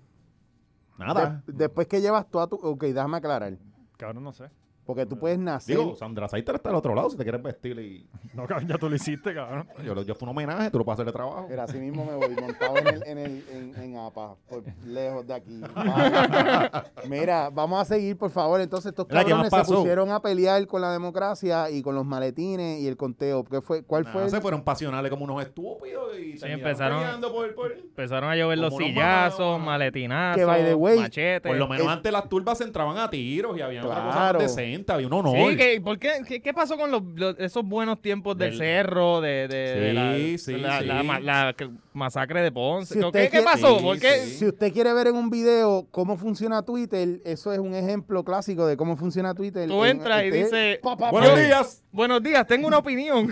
S2: De-
S6: Nada.
S2: después que llevas toda tu... Ok, déjame aclarar.
S4: Cabrón, no sé.
S2: Porque tú puedes nacer...
S6: Digo, Sandra Saiter está al otro lado si te quieres vestir y.
S4: No, cabrón, ya tú lo hiciste, cabrón.
S6: Yo, yo fue un homenaje, tú lo puedes hacer de trabajo.
S2: Era así mismo me voy montado en, el, en, el, en, en APA, por lejos de aquí. Vaya. Mira, vamos a seguir, por favor. Entonces, estos
S6: Mira, ¿qué
S2: cabrones
S6: más
S2: se
S6: pasó?
S2: pusieron a pelear con la democracia y con los maletines y el conteo. ¿Qué fue? ¿Cuál
S6: Nada,
S2: fue? el-
S6: Ah, se fueron pasionales como unos estúpidos y terminaron
S3: empezaron-
S6: peleando por, por-
S4: Este,
S3: Empezaron a llover los
S6: Como unos
S3: sillazos,
S6: mamados.
S3: maletinazos,
S2: Que, by the way,
S3: machetes.
S6: por lo menos antes las turbas se entraban a tiros y había otra cosa
S2: Claro.
S6: más decente, había un honor.
S3: Sí, que- ¿por qué, qué, qué pasó con los, los- esos buenos tiempos del,
S6: Del-
S3: cerro, de, de- de la,
S6: Sí, sí,
S3: la-
S6: sí.
S3: la ma- la que- masacre de Ponce?
S2: Si
S3: ¿Qué-
S2: usted
S3: ¿Qué, qué
S2: quiere-
S3: pasó?
S6: Sí,
S3: ¿Por qué?
S6: sí.
S2: Si usted quiere ver en un video cómo funciona Twitter, eso es un ejemplo clásico de cómo funciona Twitter.
S3: Tú
S2: En-
S3: entras y
S2: usted-
S3: dices,
S2: pa, pa,
S6: Buenos
S2: pa,
S6: días.
S3: buenos días, tengo una opinión.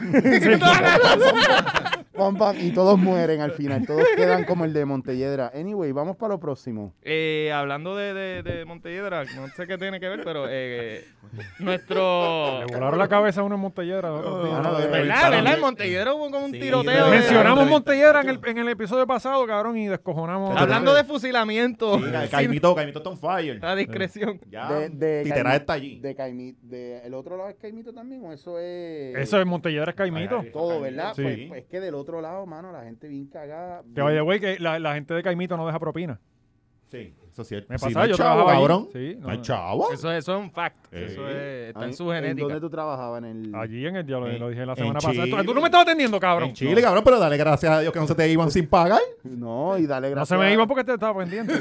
S2: pam, pam, y todos mueren al final. Todos quedan como el de Montelledra. Anyway, vamos para lo próximo.
S3: Eh, hablando de, de, de Montelledra, no sé qué tiene que ver, pero eh, nuestro...
S4: Le volaron la cabeza a uno en Montelledra. los otros días.
S2: Ah, no, de-
S3: ¿Verdad? ¿Verdad? En Montelledra hubo como un
S6: Sí,
S3: tiroteo.
S6: de-
S3: de-
S4: Mencionamos
S6: de-
S4: Montelledra en el, en el episodio pasado, cabrón, y descojonamos.
S3: Hablando de fusilamiento.
S6: Mira,
S3: sin-
S6: Caimito, Caimito está on fire.
S3: a discreción.
S6: Ya.
S2: Ah, De- de
S6: Titerá
S2: Caimi-
S6: está allí.
S2: De Caimito. De, ¿El otro lado es Caimito también o eso es...?
S4: Eso es Montelledra es Caimito.
S6: Ay, ay,
S2: Todo,
S6: Caimito,
S2: ¿verdad?
S6: sí.
S2: Pues, pues es que del otro lado, mano, la gente bien cagada.
S4: Que
S2: bien-
S4: vaya, güey, que la, la gente de Caimito no deja propina.
S6: Sí, eso es cierto.
S4: Me
S6: Si no
S4: pasaba,
S6: hay
S4: yo
S6: chavo,
S4: trabajaba ahí.
S6: cabrón.
S4: Sí,
S6: no,
S4: no,
S6: hay
S4: no.
S6: chavo.
S3: Eso, eso es un fact.
S6: Sí.
S3: Eso es- está
S2: Ah,
S3: en su
S2: ¿Dónde
S3: genética.
S2: tú trabajabas? En el...
S4: Allí en el diablo,
S6: En-
S4: lo dije la
S6: en
S4: semana pasada. Tú-
S6: Chile.
S4: Tú no me estabas atendiendo, cabrón. Ah,
S6: En Chile, cabrón, pero dale gracias a Dios que no se te iban sin pagar.
S2: No, y dale
S4: No,
S2: gracias.
S4: se me iba porque te estaba pendiente.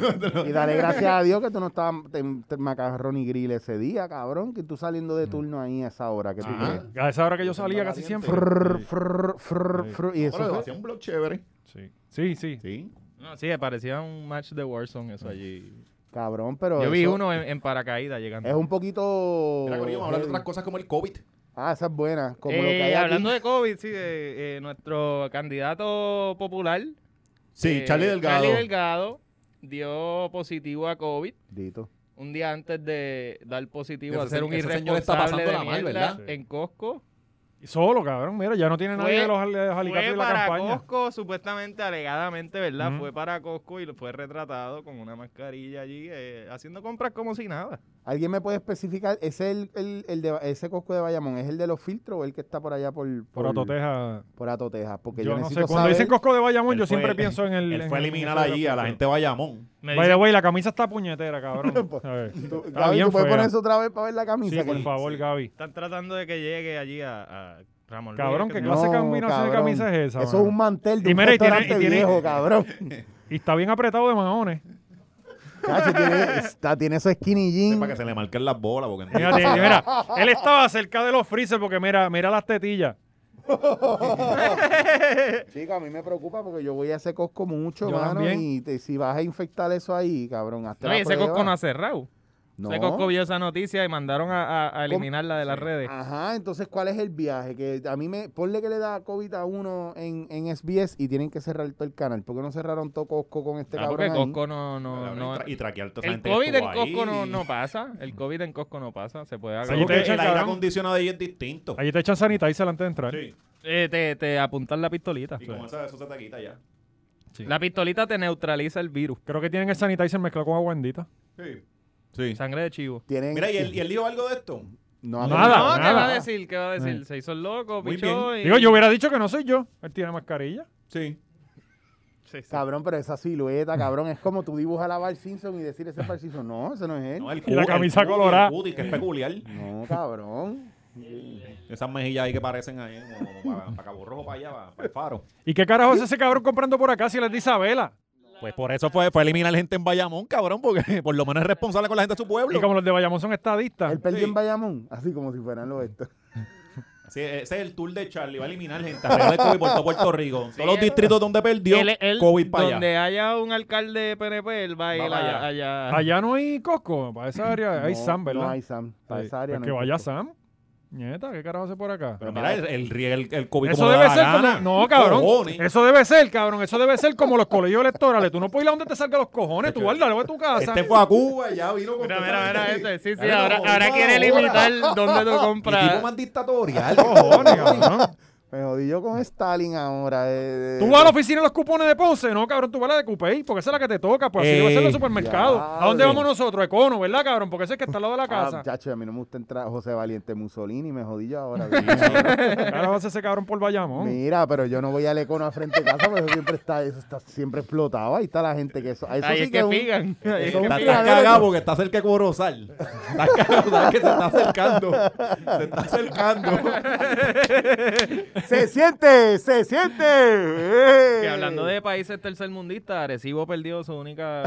S2: Y dale gracias a Dios que tú no estabas te, te- macarrón y grill ese día, cabrón. Que tú saliendo
S4: Mm.
S2: de turno ahí a esa hora. Que tú
S6: Ajá.
S2: crees.
S4: Ah, A esa hora que yo salía casi siempre.
S2: Frrr, frrr, frrr, frrr, y eso
S6: Pero
S2: fue-
S6: hacía un blog chévere.
S4: Sí, sí. sí.
S6: Sí.
S3: No, sí, parecía un match de Warzone eso allí.
S2: cabrón, pero
S3: Yo vi
S2: eso
S3: uno en, en paracaídas llegando.
S2: es un poquito...
S6: Mira, corillo, vamos a hablar de
S2: heavy.
S6: otras cosas como el COVID.
S2: Ah, esa es buena. Como lo
S3: Eh,
S2: que hay aquí.
S3: hablando de COVID, sí, eh, eh, nuestro candidato popular.
S6: Sí,
S3: eh,
S6: Charlie Delgado.
S3: Charlie Delgado dio positivo a COVID.
S2: Dito.
S3: Un día antes de dar positivo
S6: Ese
S3: a ser un
S6: se- ese señor
S3: irresponsable
S6: está pasando
S3: de
S6: la mal,
S3: mierda
S6: ¿verdad?
S3: en Costco.
S4: Solo, cabrón. Mira, ya no tiene
S3: Fue-
S4: nadie de los al- de los alicates
S3: Fue
S4: de la
S3: para
S4: campaña.
S3: Costco, supuestamente, alegadamente, ¿verdad?
S4: Ujú.
S3: Fue para Costco y lo fue retratado con una mascarilla allí, eh, haciendo compras como si nada.
S2: ¿Alguien me puede especificar? ¿Es el, el, el de, ese Costco de Bayamón es el de los filtros o el que está por allá por,
S4: Por Atoteja.
S2: Por Atoteja. Porque yo,
S4: Yo no sé.
S2: necesito
S4: Cuando
S2: saber.
S4: dicen Costco de Bayamón,
S6: Él
S4: yo
S6: fue-
S4: siempre pienso en el.
S6: Él
S4: en-
S6: fue a
S4: en
S6: eliminar
S4: eso de
S6: allí a la
S4: Costco.
S6: gente de Bayamón.
S3: Me
S4: By the
S3: dicen-
S4: way, la camisa está puñetera, cabrón. A ver.
S2: Pues, Tú-
S4: Está
S2: Gaby,
S4: bien
S2: ¿tú puedes
S4: fea.
S2: poner eso otra vez para ver la camisa?
S4: Sí, por
S2: Que-
S4: favor, Gaby.
S3: están tratando de que llegue allí a, a Ramón Luis,
S4: Cabrón,
S3: que
S4: que
S3: no-
S4: clase de combinación de
S2: cabrón.
S4: camisas es esa,
S2: Eso
S4: mano?
S2: es un mantel de
S4: Y
S2: un
S4: mira, y tiene- y
S2: restaurante
S4: tiene-
S2: viejo, cabrón.
S4: Y está bien apretado de maones.
S2: Chacho, tiene, está- tiene eso skinny
S6: Es
S2: jean.
S6: para que se le marquen las bolas. Porque
S4: Mira, tiene- mira, él estaba cerca de los freezer porque mira, mira las tetillas.
S2: Chico, a mí me preocupa porque yo voy a ese Costco mucho,
S4: Yo
S2: mano,
S4: también.
S2: y te- si vas a infectar eso ahí, cabrón, hazte
S3: No,
S2: la
S3: y ese
S2: prueba.
S3: Costco no ha cerrado.
S2: No.
S3: Ese Costco vio esa noticia y mandaron a, a- a eliminarla de las
S6: Ah,
S3: redes.
S2: Ajá, entonces, ¿cuál es el viaje? Que a mí me... Ponle que le da COVID a uno en, en SBS y tienen que cerrar todo el canal. ¿Por qué no cerraron todo Costco con este
S3: Ah,
S2: cabrón
S3: porque
S2: ahí?
S3: Costco no... no, no-
S6: y traquear toda esa
S3: el
S6: gente
S3: COVID
S6: que
S3: en
S6: estuvo
S3: Costco no,
S6: ahí.
S3: no pasa. El COVID en Costco no pasa. Se puede
S4: Allí
S6: Porque
S3: agarrar.
S4: te echan,
S6: el aire
S4: cabrón.
S6: acondicionado de ahí es distinto.
S4: Allí te echan sanitizer antes de entrar.
S6: Sí.
S3: Eh, te, te apuntan la pistolita.
S6: Y como esa, eso se te quita ya.
S3: La pistolita te neutraliza el virus.
S4: Creo que tienen el sanitizer mezclado con agua bendita.
S6: Sí. Sí.
S3: Sangre de chivo.
S2: Tienen-
S6: Mira, ¿y él, ¿y él dijo algo de esto?
S2: No,
S4: Nada,
S3: no, ¿qué
S4: nada.
S3: va a decir? ¿Qué va a decir? Se hizo el loco,
S6: Muy
S3: pichó y...
S4: Digo, yo hubiera dicho que no soy yo. Él tiene mascarilla.
S6: Sí.
S3: Sí, sí.
S2: Cabrón, pero esa silueta, cabrón, es como tú dibujas a la Val Simpson y decir ese es Val Simpson. No, ese no es él.
S6: No, el
S4: Y la
S6: cu-
S4: camisa
S6: el cu- y el
S4: colorada.
S6: cuti, que es peculiar.
S2: No, cabrón.
S6: Esas mejillas ahí que parecen ahí, como para, para Cabo Rojo, para allá, para, para el faro.
S4: ¿Y qué carajo es ese cabrón comprando por acá si les de Isabela?
S6: Pues por eso fue, fue eliminar gente en Bayamón, cabrón, porque por lo menos es responsable con la gente de su
S4: Y
S6: pueblo.
S4: como los de Bayamón son estadistas.
S2: Él perdió
S6: Sí.
S2: en Bayamón, así como si fueran los estos.
S6: Sí, e-, ese es el tour de Charlie, va a eliminar gente alrededor de COVID por todo Puerto Rico. Todos los distritos donde perdió,
S3: Él- él,
S6: COVID para allá.
S3: donde haya un alcalde PNP, él va a ir
S6: Va para
S3: a- allá.
S4: Allá no hay Costco. Para esa área hay
S2: No,
S4: Sam, ¿verdad?
S2: No hay Sam. Para
S4: Sí.
S2: esa área
S4: Pues
S2: no
S4: que
S2: hay
S4: vaya
S2: Costco.
S4: Sam. Nieta, ¿qué carajo hace por acá?
S6: Pero mira, el, el, el, el COVID
S4: Eso
S6: como le da
S4: debe
S6: la
S4: ser
S6: gana.
S4: como... No, cabrón.
S6: Cojones.
S4: Eso debe ser, cabrón. Eso debe ser como los colegios electorales. Tú no puedes ir a donde te salga los cojones. Tú guárdalo de tu casa.
S6: Este fue a Cuba y ya vino con...
S3: Mira,
S6: toda
S3: mira,
S6: esa
S3: mira
S6: gente.
S3: ese. Sí, sí,
S6: Claro,
S3: ahora,
S6: como
S3: ahora
S6: toda
S3: quiere
S6: hora.
S3: limitar dónde tú
S6: El tipo
S3: compras.
S6: más dictatorial.
S4: Cojones, cabrón.
S2: Me jodí yo con Stalin ahora. eh,
S4: ¿Tú vas a la oficina de los cupones de Ponce? No, cabrón, tú vas a la de Cupey, porque esa es la que te toca, pues así debe ser
S6: Ey,
S4: los supermercados. ¿A dónde
S2: diablo.
S4: vamos nosotros? Econo, ¿verdad, cabrón? Porque ese es que está al lado de la
S2: Ah,
S4: casa.
S2: chacho, a mí no me gusta entrar José Valiente Mussolini, me jodí yo ahora.
S4: Ahora vas a ese cabrón por Bayamón.
S2: Mira, pero yo no voy al Econo a frente de casa, pero siempre está, eso está siempre explotado. Ahí está la gente que eso. Eso
S3: Ahí
S2: sí
S3: es
S2: que
S3: que
S2: es un-
S3: figan. Ahí es
S2: eso es
S3: que
S2: un
S6: Está,
S3: figan.
S6: está
S2: criadero.
S6: cagado porque está cerca de Corozal. Está cagado, sabes que se está acercando. Se está acercando.
S2: Se siente, se siente.
S3: Que hablando de países tercermundistas, Arecibo perdió su única.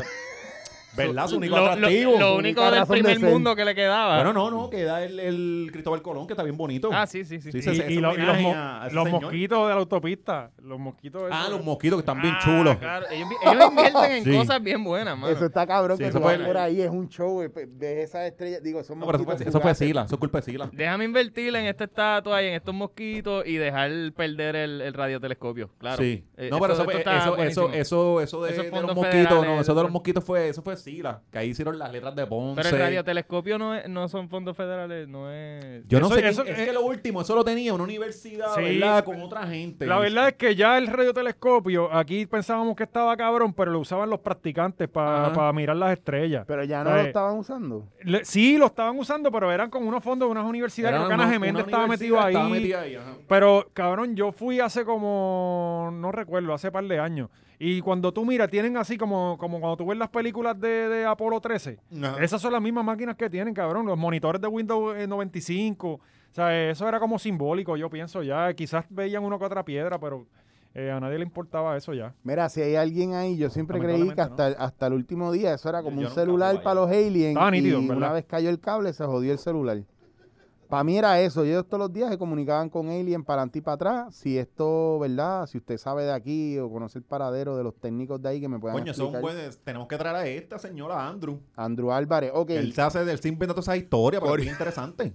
S6: ¿Verdad? Su único
S3: lo, lo-
S6: atractivo.
S3: lo
S6: Su
S3: único
S2: única
S3: del
S2: razón de
S3: primer
S2: ser.
S3: mundo que le quedaba.
S6: Bueno, no, no, queda el, el Cristóbal Colón, que está bien bonito.
S3: ah, sí, sí, sí.
S6: Sí,
S4: Y,
S6: sí,
S3: sí.
S6: sí.
S4: y los, y los mo-
S6: a ese
S4: los
S6: señor.
S4: mosquitos de la autopista. Los mosquitos.
S6: Ah,
S4: esos.
S6: los mosquitos que están bien
S3: Ah,
S6: chulos.
S3: claro. Ellos, ellos invierten en
S6: Sí.
S3: cosas bien buenas, mano.
S2: Eso está cabrón,
S6: Sí,
S2: que
S6: eso
S2: tú vas
S6: fue-
S2: por ahí, es un show, eh, pe- ves esas estrellas, digo, son
S6: No, pero eso fue,
S2: mosquitos
S6: eso fue
S2: fugaces.
S6: Sila, eso es culpa de Sila.
S3: Déjame invertir en esta estatua y en estos mosquitos y dejar perder el, el radiotelescopio. Claro.
S6: Sí.
S3: Eh,
S6: no, pero
S3: esto-
S6: eso,
S3: esto
S6: fue-
S3: está
S6: eso, eso,
S3: buenísimo.
S6: eso, eso de,
S3: Esos
S6: de los
S3: fondos
S6: mosquitos, no,
S3: federales,
S6: eso de
S3: eso-
S6: los mosquitos fue, eso fue Sila, que ahí hicieron las letras de Ponce.
S3: Pero el radiotelescopio no, es- no son fondos federales, no es.
S6: Yo no
S4: Eso-
S6: sé, quién-
S4: eso-
S6: es
S4: eh,
S6: que lo último, eso lo tenía una universidad,
S4: Sí.
S6: ¿verdad? Con otra gente.
S4: La verdad es que ya el radiotelescopio, aquí pensábamos que estaba cabrón, pero lo usaban los practicantes para
S6: Ajá.
S4: mirar las estrellas.
S2: Pero ya no
S4: Oye.
S2: lo estaban usando.
S4: Le- sí, lo estaban usando, pero eran con unos fondos de unas universidades. Creo que Ana Geméndez estaba metido ahí.
S6: Estaba metido ahí, ajá.
S4: Pero, cabrón, yo fui hace como, no recuerdo, hace par de años. Y cuando tú miras, tienen así como, como cuando tú ves las películas de, de Apolo 13.
S6: Ajá.
S4: Esas son las mismas máquinas que tienen, cabrón. Los monitores de Windows eh, 95. O sea, eh, eso era como simbólico, yo pienso ya. Quizás veían una que otra piedra, pero eh, a nadie le importaba eso ya.
S2: Mira, si hay alguien ahí, yo siempre creí que hasta,
S4: Lamentablemente,
S2: hasta el último día eso era como
S6: Yo- yo
S2: un
S6: nunca
S2: celular
S6: jugué
S2: para los aliens.
S4: Estaba nítido,
S2: y una
S4: ¿verdad?
S2: vez cayó el cable, se jodió el celular. Para mí era eso. Ellos todos los días se comunicaban con alien para adelante y para atrás. Si esto, ¿verdad? Si usted sabe de aquí o conoce el paradero de los técnicos de ahí que me puedan
S6: Coño, son
S2: explicar.
S6: buenos. Tenemos que traer a esta señora Andrew.
S2: Andrew Álvarez. Ok,
S6: Él se hace del sin inventando esa historia, pero es bien interesante.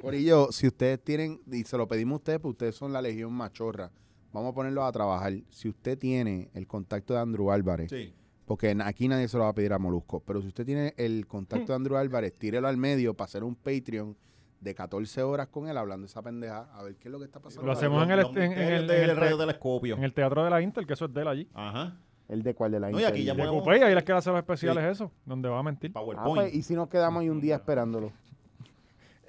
S2: Corillo, si ustedes tienen, y se lo pedimos a ustedes, pues ustedes son la legión machorra. Vamos a ponerlos a trabajar. Si usted tiene el contacto de Andrew Álvarez,
S6: Sí.
S2: Porque na- aquí nadie se lo va a pedir a Molusco. Pero si usted tiene el contacto de Andrew Álvarez, tírelo al medio para hacer un Patreon
S5: de 14 horas con él hablando esa pendeja, a ver qué es lo que está pasando.
S4: Lo hacemos en el-
S6: Los
S4: en- en
S6: misterios
S4: el-
S6: de-
S4: en el
S6: del radio
S4: te-
S6: telescopio.
S4: En el teatro de la Inter, que eso es de él allí.
S6: Ajá.
S2: El de cuál de la
S6: No, y aquí ya
S2: Inter.
S4: De
S6: Bueno.
S4: Copey, ahí les queda hacer los especiales eso, donde va a mentir.
S2: Ah, pues,
S6: PowerPoint.
S2: y si nos quedamos ahí un día esperándolo.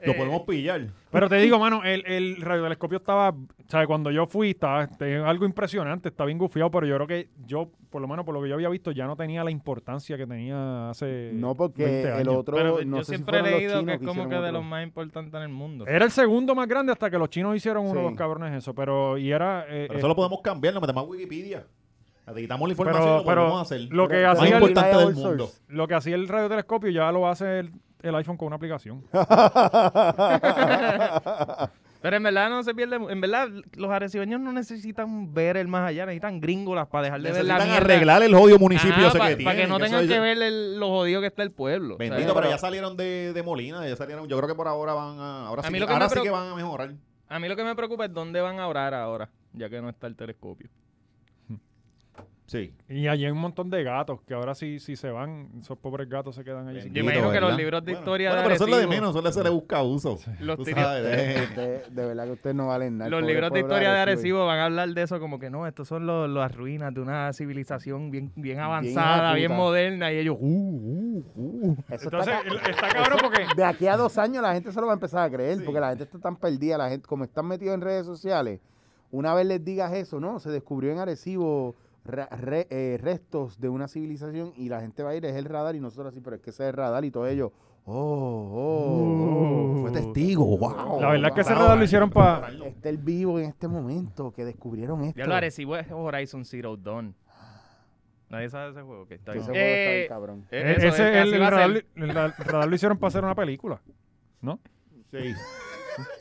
S6: Lo
S4: eh,
S6: podemos pillar.
S4: Pero te digo, mano, el, el radiotelescopio estaba, ¿sabes? Cuando yo fui, estaba este, algo impresionante, está bien gufiado, pero yo creo que yo, por lo menos por lo que yo había visto, ya no tenía la importancia que tenía hace.
S2: No,
S4: 20
S2: porque el
S4: años.
S2: otro.
S3: Pero
S2: no
S3: yo
S2: sé si
S3: siempre
S2: fueron
S3: he
S2: los
S3: leído que
S2: chinos
S3: es como
S2: hicieron
S3: que de
S2: otro.
S3: los más importantes en el mundo.
S4: Era el segundo más grande hasta que los chinos hicieron uno de
S2: Sí.
S4: los cabrones eso, pero. Y era. eh,
S6: Pero
S4: eh,
S6: eso lo podemos cambiar, lo metemos a Wikipedia. Le quitamos la
S4: pero-
S6: información y lo
S4: pero
S6: volvemos a hacer.
S4: lo que
S2: Pero-
S6: más
S2: Ahí
S4: hacía el,
S6: importante
S2: hay
S6: del
S2: outsource.
S6: mundo.
S4: lo que hacía el radiotelescopio ya lo hace el, el iPhone con una aplicación.
S3: Pero en verdad no se pierde. mu- En verdad, los arecibeños no necesitan ver el más allá, necesitan gringolas para dejar de ver la
S6: Necesitan
S3: mierda.
S6: arreglar el odio municipio ese
S3: para
S6: que tienen.
S3: Ah, que no
S6: eso
S3: tengan
S6: es-
S3: que ver el- lo jodido que está el pueblo.
S6: Bendito,
S3: ¿sabes?
S6: pero ya salieron de, de Molina, ya salieron. Yo creo que por ahora van a. Ahora
S3: A
S6: sí,
S3: mí
S6: que,
S3: lo que
S6: ahora
S3: me
S6: sí que
S3: preocup-
S6: van a mejorar.
S3: A mí lo que me preocupa es dónde van a orar ahora, ya que no está el telescopio.
S6: Sí.
S4: Y allí hay un montón de gatos que ahora sí, sí se van, esos pobres gatos se quedan allí. sin-
S3: Yo imagino que los libros de
S6: Bueno,
S3: historia
S6: Bueno,
S3: de
S6: pero eso es lo de
S3: Arecibo-
S6: menos, eso le- se le busca uso.
S3: Los
S6: Tú
S3: tirios-
S6: sabes, de-
S2: Usted- de verdad que ustedes no valen nada. el
S3: Los
S2: pobre
S3: libros de
S2: pueblo
S3: historia de Arecibo van a hablar de eso como que no, estos son los- las ruinas de una civilización bien, bien avanzada, bien,
S2: puta.
S3: moderna y ellos, uh, uh, uh.
S2: Eso está
S4: Entonces,
S2: ca-
S4: el- está cabrón porque.
S2: de aquí a dos años la gente se lo va a empezar a creer, porque la gente está tan perdida, la gente, como están metidos en redes sociales, una vez les digas eso, no, se descubrió en Arecibo ra- re- eh, restos de una civilización y la gente va a ir, es el radar y nosotros así, pero es que ese es el radar y todo ello. Oh, oh, oh,
S6: Fue testigo, wow.
S4: Uh.
S3: Oh,
S4: La verdad es que ese
S2: wow.
S4: radar lo hicieron para.
S2: Está el vivo en este momento que descubrieron esto.
S3: Ya lo Arecibo es Horizon Zero Dawn. Nadie sabe ese juego que está
S2: Que
S3: ahí.
S2: ese juego está
S3: Eh,
S2: bien cabrón.
S3: eh, eso
S4: e- ese
S3: es,
S4: es el,
S3: así va a ser.
S4: radar, el ra- radar lo hicieron para hacer una película. ¿No?
S6: Sí.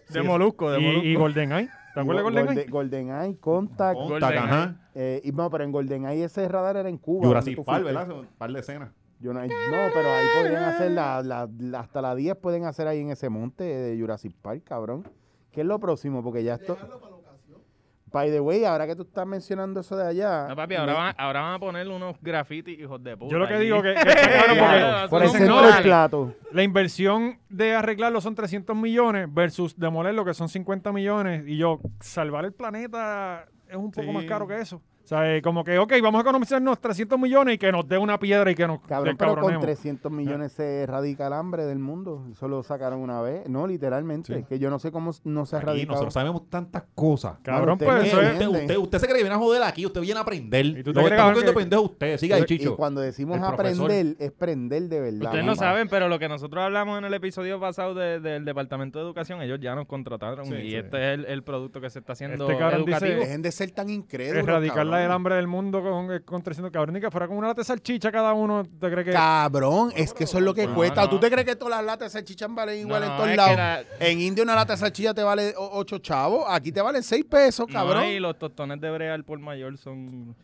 S3: de Molusco, de
S4: Y,
S3: Molusco.
S4: y GoldenEye. ¿Te acuerdas de GoldenEye?
S2: Golden- GoldenEye, Contact.
S3: Golden
S6: Contact,
S3: Eye.
S6: ajá.
S2: eh, y no, pero en GoldenEye ese radar era en Cuba. donde
S6: Jurassic
S2: tú
S6: Park,
S2: fuiste.
S6: ¿verdad? Un par de escenas.
S2: Yo no, no, pero ahí podrían hacer la, la- la- hasta la 10 pueden hacer ahí en ese monte de Jurassic Park, cabrón. ¿Qué es lo próximo? Porque ya esto. By the way, ahora que tú estás mencionando eso de allá.
S3: No, papi, ahora van, ahora van a poner unos grafitis, hijos de puta.
S4: Yo lo que
S3: allí.
S4: digo que, que está cabrón porque
S3: Por no,
S2: por el
S4: dicen,
S2: centro
S4: no,
S2: del
S4: vale,
S2: plato.
S4: la inversión de arreglarlo son 300 millones versus demolerlo que son 50 millones y yo salvar el planeta es un poco
S6: Sí.
S4: más caro que eso. O sea, eh, como que, ok, vamos a economizarnos 300 millones y que nos dé una piedra y que nos
S2: Cabrón, pero con
S4: descabronemos.
S2: 300 millones se erradica el hambre del mundo. Eso lo sacaron una vez. No, literalmente.
S6: Sí.
S2: es Que yo no sé cómo no se ha
S6: Aquí
S2: erradicado.
S6: nosotros sabemos tantas cosas. Eh,
S4: Cabrón,
S2: Mano,
S4: pues
S2: ustedes
S4: eso es...
S6: Usted, usted, usted se cree que viene a joder aquí, usted viene a aprender.
S4: ¿Y tú te
S6: Nos
S4: crees,
S6: estamos
S4: cabrón,
S6: cogiendo
S4: que-
S6: pendejos ustedes. Siga ahí,
S2: Pero-
S6: Chicho.
S2: Y cuando decimos
S6: El profesor.
S2: aprender, es prender de verdad.
S3: Ustedes no
S2: mamá.
S3: saben, pero lo que nosotros hablamos en el episodio pasado de- del Departamento de Educación, ellos ya nos contrataron
S6: Sí,
S3: y
S6: sí.
S3: este es el, el producto que se está haciendo
S4: Este cabrón dice-
S3: educativo.
S5: Dejen de ser tan incrédulos.
S4: Erradicar la
S5: cabrón.
S4: del hambre del mundo con, eh, con 300 cabrón, ni que fuera con una lata de salchicha cada uno, ¿te crees que...?
S5: Cabrón, es que eso es lo que
S3: No,
S5: cuesta.
S3: no.
S5: ¿Tú te crees que todas las latas de salchicha valen igual
S3: No,
S5: en
S3: no,
S5: todos
S3: es que
S5: lados?
S3: la-
S5: En India una lata de salchicha te vale 8 chavos, aquí te valen 6 pesos, cabrón.
S3: No, y los tostones de brea al por mayor son...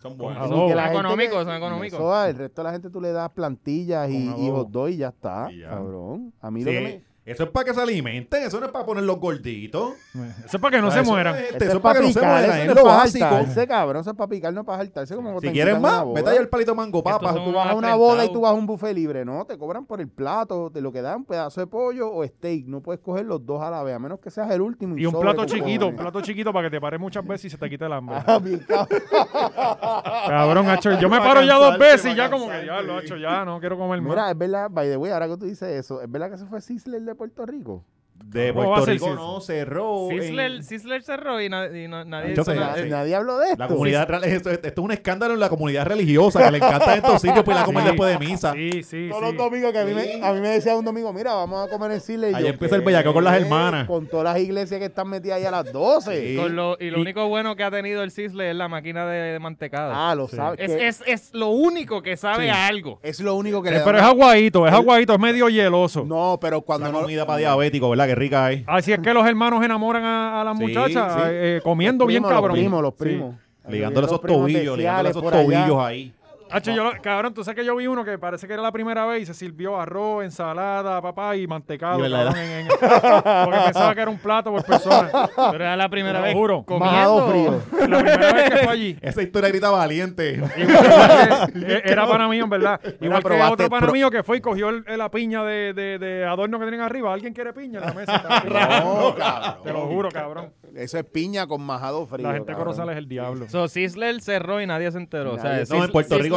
S6: Son
S4: Con
S6: buenos.
S4: adobo.
S2: Y
S3: Son
S2: la gente
S3: económicos,
S2: que-
S3: son económicos.
S2: Eso, al resto de la gente tú le das plantillas y,
S4: Con
S2: y
S4: adobo.
S2: hot dog y ya está,
S6: Y ya.
S2: cabrón. A mí
S6: Sí,
S2: lo que me...
S6: Eso es para que se alimenten, eso no es para ponerlos gorditos.
S4: Eso es para que no se
S6: Eso
S4: mueran.
S6: es-
S5: Este,
S2: Eso
S6: eso
S2: es para
S6: que no se
S2: picar,
S6: mueran,
S2: eso
S6: es
S2: no es
S6: lo
S2: para
S6: básico.
S2: saltarse, cabrón. Eso es para picar, no es para saltarse como cuando
S6: Si
S2: te
S6: quieres
S2: invitan a
S6: más,
S2: una
S6: vete
S2: boda. Eh,
S6: ahí al palito mango,
S3: Estos
S6: papa.
S3: son
S2: Tú vas a una
S3: afrentados.
S2: boda y tú vas a un buffet libre, ¿no? Te cobran por el plato, te lo que dan, un pedazo de pollo o steak. No puedes coger los dos a la vez, a menos que seas el último.
S4: Y un
S2: sobre
S4: plato
S2: con
S4: chiquito, un
S2: cojones.
S4: plato chiquito para que te pares muchas veces y se te quite el hambre.
S2: Ah, bien, cabrón.
S4: Cabrón, hacho, yo me
S6: Pa'
S4: paro ya dos
S6: cansarte,
S4: veces
S6: pa'
S4: y ya como que ya
S6: cansarte.
S4: lo hacho, ya no quiero comer más.
S2: Mira, es verdad, by the way, ahora que tú dices eso, ¿es verdad que se fue Sizzler de Puerto Rico?
S6: De
S4: ¿Cómo va a
S6: Puerto
S4: ser
S6: Rico
S4: eso?
S6: no cerró. en-
S3: Sizzler, Sizzler cerró y, na- y no- nadie...
S6: Yo
S3: hizo
S6: sé,
S3: nada.
S6: sí.
S2: Nadie habló de esto.
S6: La comunidad, ra- esto, esto es un escándalo en la comunidad religiosa, que le encantan estos sitios pues la comen
S4: Sí.
S6: después de misa.
S4: Sí, sí,
S2: Todos los
S4: sí.
S2: domingos que a mí, me, a mí me decía un domingo, mira, vamos a comer en Chile.
S6: Ahí empieza el bellaqueo con las hermanas.
S2: Con todas las iglesias que están metidas ahí a las 12.
S6: Sí.
S3: Con lo- y lo
S4: Y-
S3: único bueno que ha tenido el Sizzler es la máquina de, de mantecado.
S2: Ah, lo sabes.
S3: es,
S2: que-
S3: es, es lo único que sabe a algo.
S5: Es lo único que le
S4: Eh,
S5: da
S4: Pero es
S5: una-
S4: aguadito, es aguadito, es medio hieloso.
S5: No, pero cuando
S6: Una
S5: no,
S6: comida para diabéticos, ¿verdad? Qué rica es.
S4: Así es que los hermanos enamoran a, a las
S6: Sí,
S4: muchachas
S6: sí.
S4: eh, comiendo bien
S2: primos,
S4: cabrón.
S2: Los primos, los
S4: Sí.
S2: primos.
S6: Ligándole
S2: Los
S6: esos
S2: primos
S6: tobillos, ligándole
S2: especiales
S6: esos
S2: por allá.
S6: tobillos ahí.
S4: Hacho, yo lo- cabrón, tú sabes que yo vi uno que parece que era la primera vez y se sirvió arroz, ensalada, papá y mantecado.
S6: Y verdad.
S4: cabrón, en- en- porque pensaba que era un plato por persona.
S3: Pero era la primera
S4: Te lo
S3: vez.
S4: juro.
S2: Majado frío.
S4: La primera vez que fue allí.
S6: Esa historia grita valiente.
S4: Eh, Igual que- eh, era pana mío, en verdad. Igual que
S2: probaste
S4: otro pana
S2: pro-
S4: mío que fue y cogió el- la piña de, de- de adorno que tienen arriba. ¿Alguien quiere piña en la mesa?
S2: No,
S4: Te lo
S2: cabrón.
S4: juro, cabrón.
S2: Eso es piña con majado frío.
S4: La gente de
S2: cabrón.
S4: Corozal es el diablo.
S3: So, Sisler cerró y nadie se enteró. O sea,
S2: Nadie-
S6: No, en
S3: Sis-
S6: Puerto Rico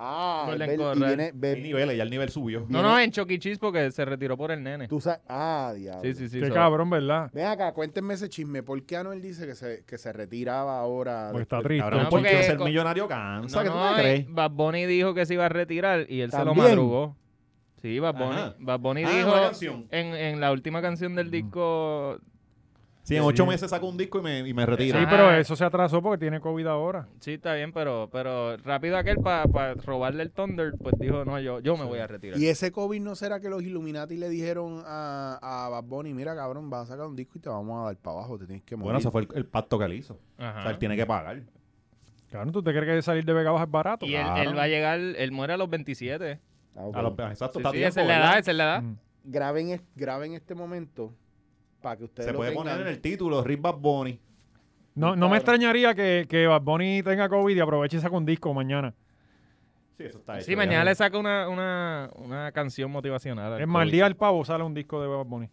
S2: Ah,
S3: Golden
S2: ve- y
S3: Corral.
S2: viene- ve-
S6: Hay niveles, ya el nivel subió.
S3: No, no, en Choquichis porque se retiró por el nene.
S2: tú sabes- Ah, diablo.
S3: Sí, sí, sí.
S4: Qué
S3: so-
S4: cabrón, ¿verdad?
S2: Ven acá, cuéntenme ese chisme. ¿Por qué Anuel dice que se, que se retiraba ahora?
S4: Porque Pues está
S2: después?
S4: triste.
S6: Cabrón,
S3: No,
S6: porque,
S3: porque
S6: ser
S3: con-
S6: millonario cansa.
S3: No,
S6: ¿Qué tú
S3: no,
S6: te crees?
S3: eh, Bad Bunny dijo que se iba a retirar y él se lo
S2: ¿También?
S3: madrugó. Sí, Bad Bunny.
S6: Ajá.
S3: Bad Bunny
S6: Ah, una
S3: dijo
S6: canción. Mm.
S3: en, en la última canción del disco.
S6: Sí, en ocho meses saco un disco y me, y me
S4: Sí,
S6: retiro.
S3: Ajá.
S4: pero eso se atrasó porque tiene COVID ahora.
S3: Sí, está bien, pero, pero rápido aquel para robarle el Thunder, pues dijo, no, yo, yo me voy a retirar.
S5: Y ese COVID no será que los Illuminati le dijeron a, a Bad Bunny, mira cabrón, vas a sacar un disco y te vamos a dar para abajo, te tienes que morir.
S6: Bueno, eso fue el, el pacto que le hizo.
S3: Ajá.
S6: O sea, él tiene que pagar.
S4: Cabrón, ¿tú te crees que salir de Vega Baja es barato?
S3: Y él, él va a llegar, él muere a los 27.
S2: Ah, ok.
S6: A los- exacto,
S3: Sí,
S6: está a
S3: sí,
S6: tiempo,
S3: esa es la
S6: ¿verdad?
S3: edad, esa es la edad.
S4: Mm.
S2: graben, es- graben este momento para que ustedes
S6: Se
S2: lo
S6: puede
S2: tengan.
S6: poner en el título, Rick Bad Bunny.
S4: No, no me extrañaría que, que Bad Bunny tenga COVID y aproveche y saque un disco mañana.
S6: Sí, eso está
S3: Sí, mañana le saca una, una, una canción motivacional. al
S4: Es más, el
S3: Pues COVID.
S4: día del pavo sale un disco de Bad Bunny.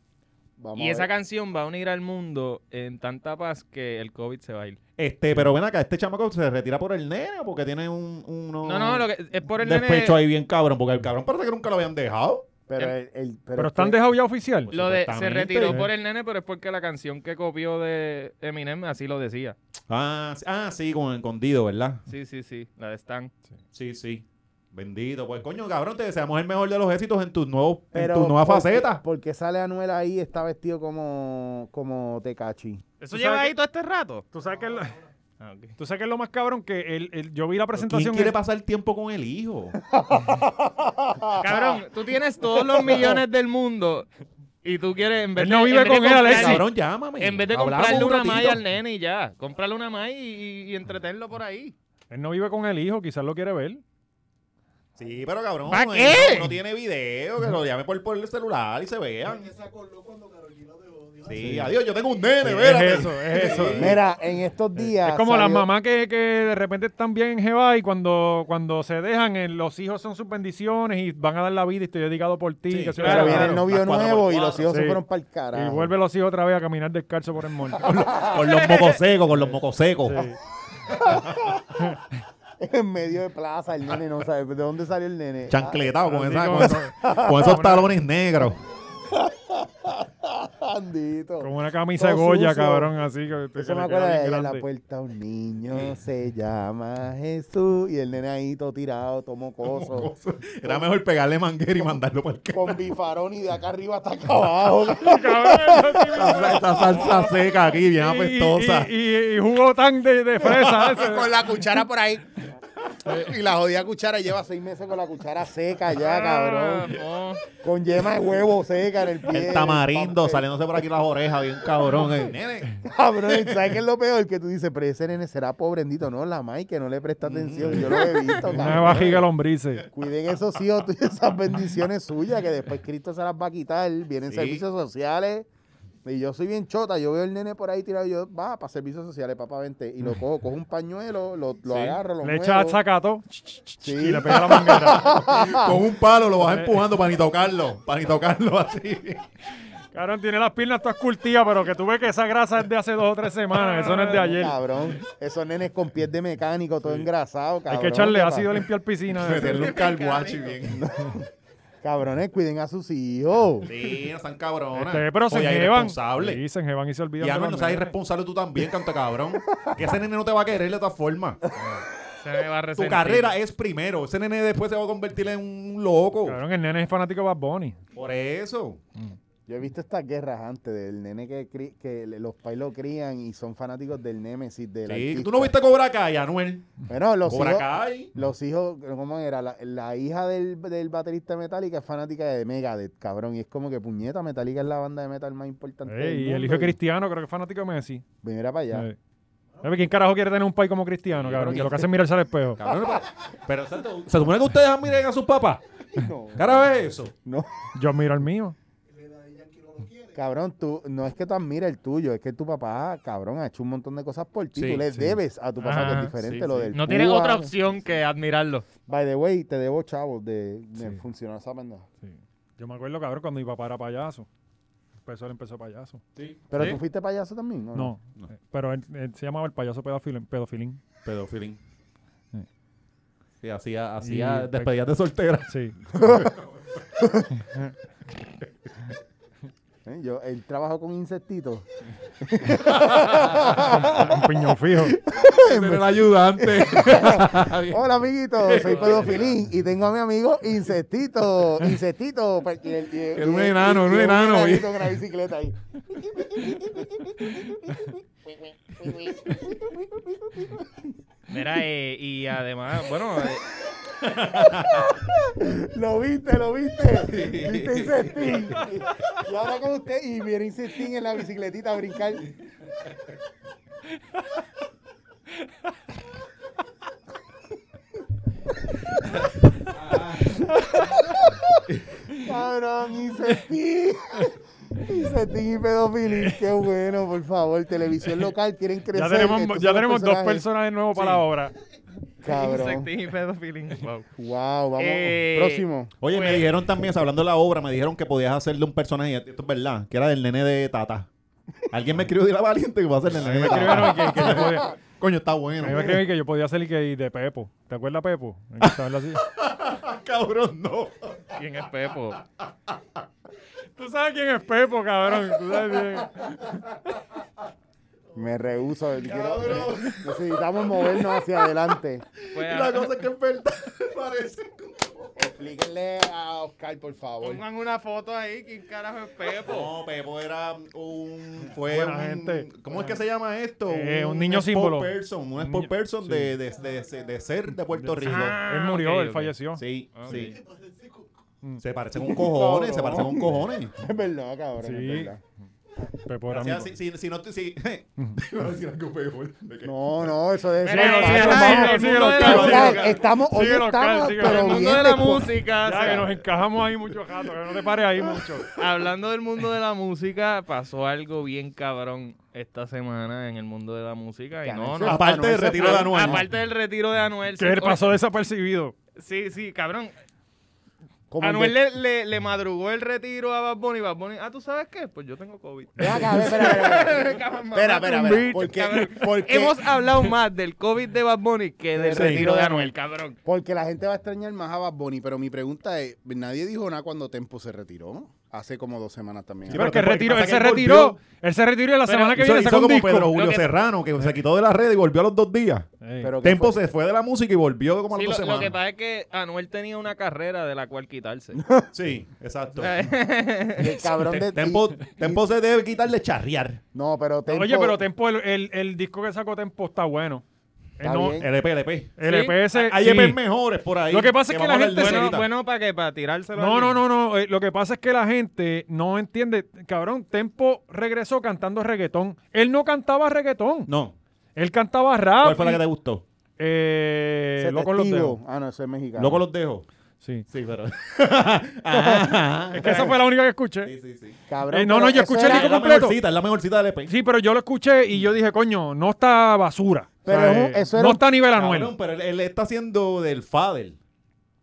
S2: Vamos
S3: Y
S2: a
S3: esa
S2: ver.
S3: canción va a unir al mundo en tanta paz que el COVID se va a ir.
S6: Este, pero ven acá, este chamaco se retira por el nene o porque tiene un uno-
S3: No, no, lo que, es por el
S6: despecho
S3: nene.
S6: ahí bien cabrón, porque el cabrón parece que nunca lo habían dejado.
S2: Pero, el- el- pero
S4: Em, Pero
S2: es
S4: están
S2: que-
S4: dejados ya oficial.
S3: Lo de, se
S6: Supuestamente.
S3: retiró por el nene, pero es porque la canción que copió de Eminem así lo decía.
S6: Ah, sí- ah, sí, con escondido, ¿verdad?
S3: Sí, sí, sí, la de Stan.
S6: Sí, sí. Bendito, pues coño, cabrón, te deseamos el mejor de los éxitos en tus nuevos,
S2: pero
S6: en tu nueva
S2: ¿por qué-
S6: faceta.
S2: ¿Por qué sale Anuel ahí está vestido como, como Tecachi?
S3: ¿Eso
S4: ¿Tú lleva
S3: lleva
S4: sabes ahí
S3: ahí
S4: que-
S3: todo este rato?
S4: ¿Tú sabes que es lo- tú sabes que es lo más cabrón? Que el, el- yo vi la
S6: ¿Quién
S4: presentación.
S6: quiere pasar tiempo con el hijo? Pues
S3: Ah, Cabrón, tú tienes todos los millones del mundo y tú quieres en vez
S4: Él
S3: de-
S4: no vive
S3: en vez de
S4: con él,
S3: comprarle-
S4: Alexis.
S6: Cabrón, llámame.
S3: Pues En vez de
S6: Hablamos
S3: comprarle
S6: un
S3: una
S6: ratito.
S3: malla al nene y ya, comprarle una malla y, y entretenerlo por ahí.
S4: él no vive con el hijo, quizás lo quiere ver.
S6: Sí, pero cabrón,
S3: ¿Pa
S6: no,
S3: qué?
S6: no- no tiene video, que lo llame por, por el celular y se vean. Sí, adiós, yo tengo un nene, espérate.
S4: es eso, es eso.
S2: Mira, en estos días.
S4: Es como las
S2: salió-
S4: mamás que, que de repente están bien en Jehová y cuando, cuando se dejan, eh, los hijos son sus bendiciones y van a dar la vida y estoy dedicado por ti.
S6: Sí,
S4: que soy-
S2: Pero
S6: Claro,
S2: viene
S6: claro.
S2: el novio
S6: Las cuatro por
S2: nuevo y
S6: cuatro.
S2: los hijos se
S4: Sí.
S2: fueron para el carajo.
S4: Y vuelve los hijos otra vez a caminar descalzo por el monte.
S6: Con los mocos secos, con los mocos secos.
S4: Sí.
S2: en medio de plaza, el nene no sabe de dónde salió el nene.
S6: Chancletado con,
S4: Así
S6: esa-
S4: como-
S6: con esa- con esos talones negros.
S2: Ah, Andito.
S4: Como una camisa de
S2: Todo
S4: Goya,
S2: sucio.
S4: cabrón, así. Que, que
S2: Eso me
S4: le
S2: acuerdo
S4: queda
S2: de
S4: bien
S2: ella en la
S4: grande.
S2: puerta. Un niño se llama Jesús. Y el nene ahí todo tirado, todo mocoso.
S6: Era mejor pegarle manguera y mandarlo para el ca-
S2: Con bifarón y de acá arriba hasta acá abajo.
S4: Cabrón, eso sí,
S6: Esta salsa seca aquí, bien apestosa.
S4: Y, y- y- y jugo tan de, de fresa. ese.
S5: Con la cuchara por ahí.
S2: Y la jodida cuchara lleva seis meses con la cuchara seca ya, cabrón.
S3: Ah, no.
S2: Con yema de huevo seca en el pie.
S6: El tamarindo
S2: Papi,
S6: saliéndose por aquí las orejas, bien cabrón. eh. Nene.
S2: Cabrón, ¿sabes qué es lo peor? Que tú dices, pero ese nene será pobrendito. No, la May que no le presta atención. Yo lo he visto,
S4: Una
S2: cabrón.
S4: bajiga lombrice.
S2: Cuiden esos hijos tuyos, esas bendiciones suyas, que después Cristo se las va a quitar. Vienen
S6: Sí.
S2: servicios sociales. Y yo soy bien chota. Yo veo el nene por ahí tirado. y Yo, va, para servicios sociales, papá, vente. Y lo cojo, cojo un pañuelo, lo, lo agarro, lo
S4: Le echa
S2: muevo.
S4: zacato
S2: Sí.
S4: y le pega la manguera.
S6: Con un palo lo
S4: Eh.
S6: vas empujando para ni tocarlo. Para ni tocarlo así.
S4: Cabrón, tiene las piernas todas curtidas, pero que tú ves que esa grasa es de hace dos o tres semanas. Eso no es de ayer.
S2: Cabrón, esos nenes con pies de mecánico, todo engrasado, cabrón.
S4: Hay que echarle
S2: ¿Qué pa-
S4: ácido a limpiar piscina. de ese.
S6: Meterle un carguachi bien.
S2: Cabrones, cuiden a sus hijos.
S6: Sí, no están cabronas.
S4: Este, pero se
S6: Oye,
S4: enjevan.
S6: irresponsable.
S4: Sí, se enjevan y se olvidan.
S6: Y
S4: de los
S6: Anuel, no seas
S4: nenes.
S6: irresponsable tú también, canta cabrón. Que ese nene no te va a querer de todas formas.
S3: Se me va a
S6: Tu
S3: resentir.
S6: carrera es primero. Ese nene después se va a convertir en un loco.
S4: Cabrón, el nene es fanático de Bad Bunny.
S6: Por eso.
S2: Yo he visto estas guerras antes del nene que, cri- que le- los pais lo crían y son fanáticos del Nemesis, del
S6: Sí,
S2: artista.
S6: tú no viste Cobra Kai, Anuel.
S2: Bueno, los
S6: Cobra
S2: hijos,
S6: Kai.
S2: los hijos, ¿cómo era? La, la hija del, del baterista de Metallica es fanática de Megadeth, cabrón. Y es como que puñeta, Metallica es la banda de metal más importante del
S4: Ey, y
S2: mundo.
S4: el hijo de
S2: y-
S4: Cristiano, creo que es fanático de Messi.
S2: Mira para allá.
S4: Ey. ¿Sabes quién carajo quiere tener un país como Cristiano, cabrón? Que lo que hace es mirarse al espejo.
S6: este Cabrón, pero- pero santo, se supone que ustedes admiren a sus papás.
S2: No,
S6: Cara, ve eso.
S2: no.
S4: Yo admiro al mío.
S2: Cabrón, tú, no es que tú admires el tuyo, es que tu papá, cabrón, ha hecho un montón de cosas por ti.
S6: Sí,
S2: tú le
S6: sí.
S2: debes a tu papá, que
S3: Ah,
S2: es diferente
S6: sí,
S2: lo
S6: sí.
S2: del
S3: No tienen otra
S2: Cuba.
S3: opción que admirarlo.
S2: By the way, te debo chavos de, de
S4: Sí.
S2: funcionar esa pendeja.
S4: Yo me acuerdo, cabrón, cuando mi papá era payaso. Empezó, él empezó payaso.
S2: Pero
S6: Sí.
S2: tú fuiste payaso también, ¿o ¿no?
S4: No, eh, pero él, él se llamaba el payaso pedofilín. pedofilín.
S6: Pedofilín.
S4: Sí.
S6: Sí, hacía, hacía
S4: Y- pues
S6: despedidas de soltera.
S4: Sí.
S2: ¿Eh? Yo, él trabajó con insectitos.
S4: Ah, Un piñón fijo.
S6: Era el ayudante.
S2: Hola, amiguito, soy pedofilín y tengo a mi amigo insectito. Insectito. pa- y el- y el-
S6: Era un
S2: y el-
S6: enano,
S2: y-
S6: era un
S2: y
S6: enano,
S2: enanito
S6: oye.
S2: Con una bicicleta ahí.
S3: Mira, eh, y además, bueno, eh,
S2: Lo viste, lo viste. Viste insectín. Y ahora con usted, y viene insectín en la bicicletita a brincar. Cabrón, insectín. Insectín y pedofilia. Qué bueno, por favor. Televisión local, quieren crecer.
S4: Ya tenemos,
S2: Estos
S4: ya
S2: son los
S4: tenemos dos
S2: personajes.
S4: personajes nuevos para la obra.
S2: Cabrón.
S3: insectín y pedofilín. Wow.
S2: Wow, vamos.
S3: Eh,
S2: Próximo.
S6: Oye, me
S3: Pues-
S6: dijeron también, hablando de la obra, me dijeron que podías hacerle un personaje, esto es verdad, que era del nene de Tata. Alguien me escribió de la valiente que va a hacer el nene de Tata.
S4: Escribieron que, que yo podía,
S6: Coño, está
S4: a
S6: bueno.
S4: mí me escribieron que yo podía hacer y que y de Pepo. ¿Te acuerdas Pepo? El que estaba en la silla.
S6: Cabrón, no.
S3: ¿Quién es Pepo?
S4: Tú sabes quién es Pepo, cabrón. Tú sabes quién es.
S2: Me rehuso. quiero- necesitamos movernos hacia adelante.
S3: Pues,
S6: La cosa es que es verdad, parece.
S2: Explíquenle a Oscar, por favor.
S7: Pongan una foto ahí, ¿quién carajo es Pepo?
S6: No, Pepo era un. Fue
S4: Buena
S6: un-
S4: gente.
S6: ¿Cómo es que se llama esto?
S4: Eh, un niño símbolo.
S6: Person, un
S4: Un
S6: sport
S4: niño-
S6: person
S4: sí.
S6: de, de, de- de ser de Puerto Rico.
S4: Él murió,
S3: Ah, ok,
S4: él
S3: ok.
S4: falleció.
S6: Sí, sí.
S4: Mm.
S6: Se parecen un cojones, se parecen un cojones.
S2: Es verdad, cabrón.
S4: Sí.
S2: Es verdad.
S4: Pepo era mi
S6: Gracias, si, si, si no te. Si, iba a decir algo peor. ¿De qué?
S2: No, no, eso debe ser.
S3: Mira,
S4: Bueno, síguelo,
S3: eh, ah,
S4: vamos,
S3: en el
S4: síguelo,
S3: mundo de la
S4: síguelo,
S3: música.
S2: Oscar, estamos, hoy
S4: Síguelo, Oscar,
S2: estamos,
S4: síguelo.
S3: El
S2: pero
S3: mundo
S2: bien
S3: de la
S2: de-
S3: música.
S4: Ya
S3: se-
S4: que nos encajamos ahí mucho jato, que no te pares ahí mucho.
S3: Hablando del mundo de la música, pasó algo bien cabrón esta semana en el mundo de la música. Y no, no.
S6: Aparte de retiro de Anuel.
S3: Aparte del retiro de Anuel.
S4: Que
S3: sí,
S4: él pasó desapercibido.
S3: oye, Sí, sí, cabrón.
S2: como
S7: Anuel
S2: el
S7: le,
S2: de-
S7: le- le madrugó el retiro a Bad Bunny. Bad Bunny, ah, ¿tú sabes qué? Pues yo tengo COVID.
S2: Ve acá, ve, espera, espera, espera.
S6: Espera, espera, espera. Porque, porque
S3: Hemos hablado más del COVID de Bad Bunny que del
S2: Sí.
S3: retiro de Anuel, cabrón.
S2: Porque la gente va a extrañar más a Bad Bunny, pero mi pregunta es, nadie dijo nada cuando Tempo se retiró. Hace como dos semanas también.
S4: Sí, pero que
S6: pero
S4: retiro,
S6: pasa
S4: él
S6: que
S4: se
S6: él
S4: retiró.
S6: volvió.
S4: Él se retiró y la semana que
S6: hizo,
S4: viene
S6: hizo
S4: sacó un
S6: como
S4: disco.
S6: Pedro Julio
S3: que-
S6: Serrano, que se quitó de las redes y volvió a los dos días.
S4: Ey.
S2: Pero que
S6: Tempo
S2: fue-
S6: se fue de la música y volvió como a
S3: Sí,
S6: las
S3: lo,
S6: dos
S3: lo
S6: semanas.
S3: que pasa es que Anuel tenía una carrera de la cual quitarse.
S6: Sí, exacto.
S2: y el cabrón de...
S6: Te- Tempo, Tempo se debe quitarle charrear.
S2: No, pero Tempo...
S4: Oye, pero Tempo, el, el- el disco que sacó Tempo está bueno.
S2: Está
S4: Eh, no,
S2: bien.
S6: LP, LP.
S4: El EPS.
S6: E Hay
S4: Eh,
S2: E
S4: sí.
S6: EPs mejores por ahí.
S4: Lo que pasa es que la
S6: vamos a
S4: gente
S6: hablar de
S4: se-
S6: ahorita.
S3: bueno, ¿para qué? ¿Para tirárselo? a
S4: No, no,
S3: alguien?
S4: no, no. eh, lo que pasa es que la gente no entiende. Cabrón, Tempo regresó cantando reggaetón. Él no cantaba reggaetón.
S6: No.
S4: Él cantaba rap.
S6: ¿Cuál fue la
S4: y-
S6: que te gustó?
S4: Eh,
S2: ese
S4: Loco en los
S2: testigo-
S4: dedos.
S2: Ah, no, eso es mexicano.
S6: Loco los dejo.
S4: Sí.
S6: Sí, pero.
S4: Es que esa fue la única que escuché.
S6: Sí, sí, sí.
S2: Cabrón,
S4: Eh, no,
S2: pero
S4: no, yo
S2: eso
S4: escuché el
S2: era-
S6: Es
S4: disco
S6: la
S4: completo.
S6: mejorcita, es la mejorcita del E EP.
S4: Sí, pero yo lo escuché y yo dije, coño, no está basura.
S2: Pero
S4: O sea,
S2: es un-
S4: eh,
S2: eso era
S4: no
S2: un-
S4: está a nivel
S6: Cabrón,
S4: anuel.
S6: pero él, él está haciendo del Fadel.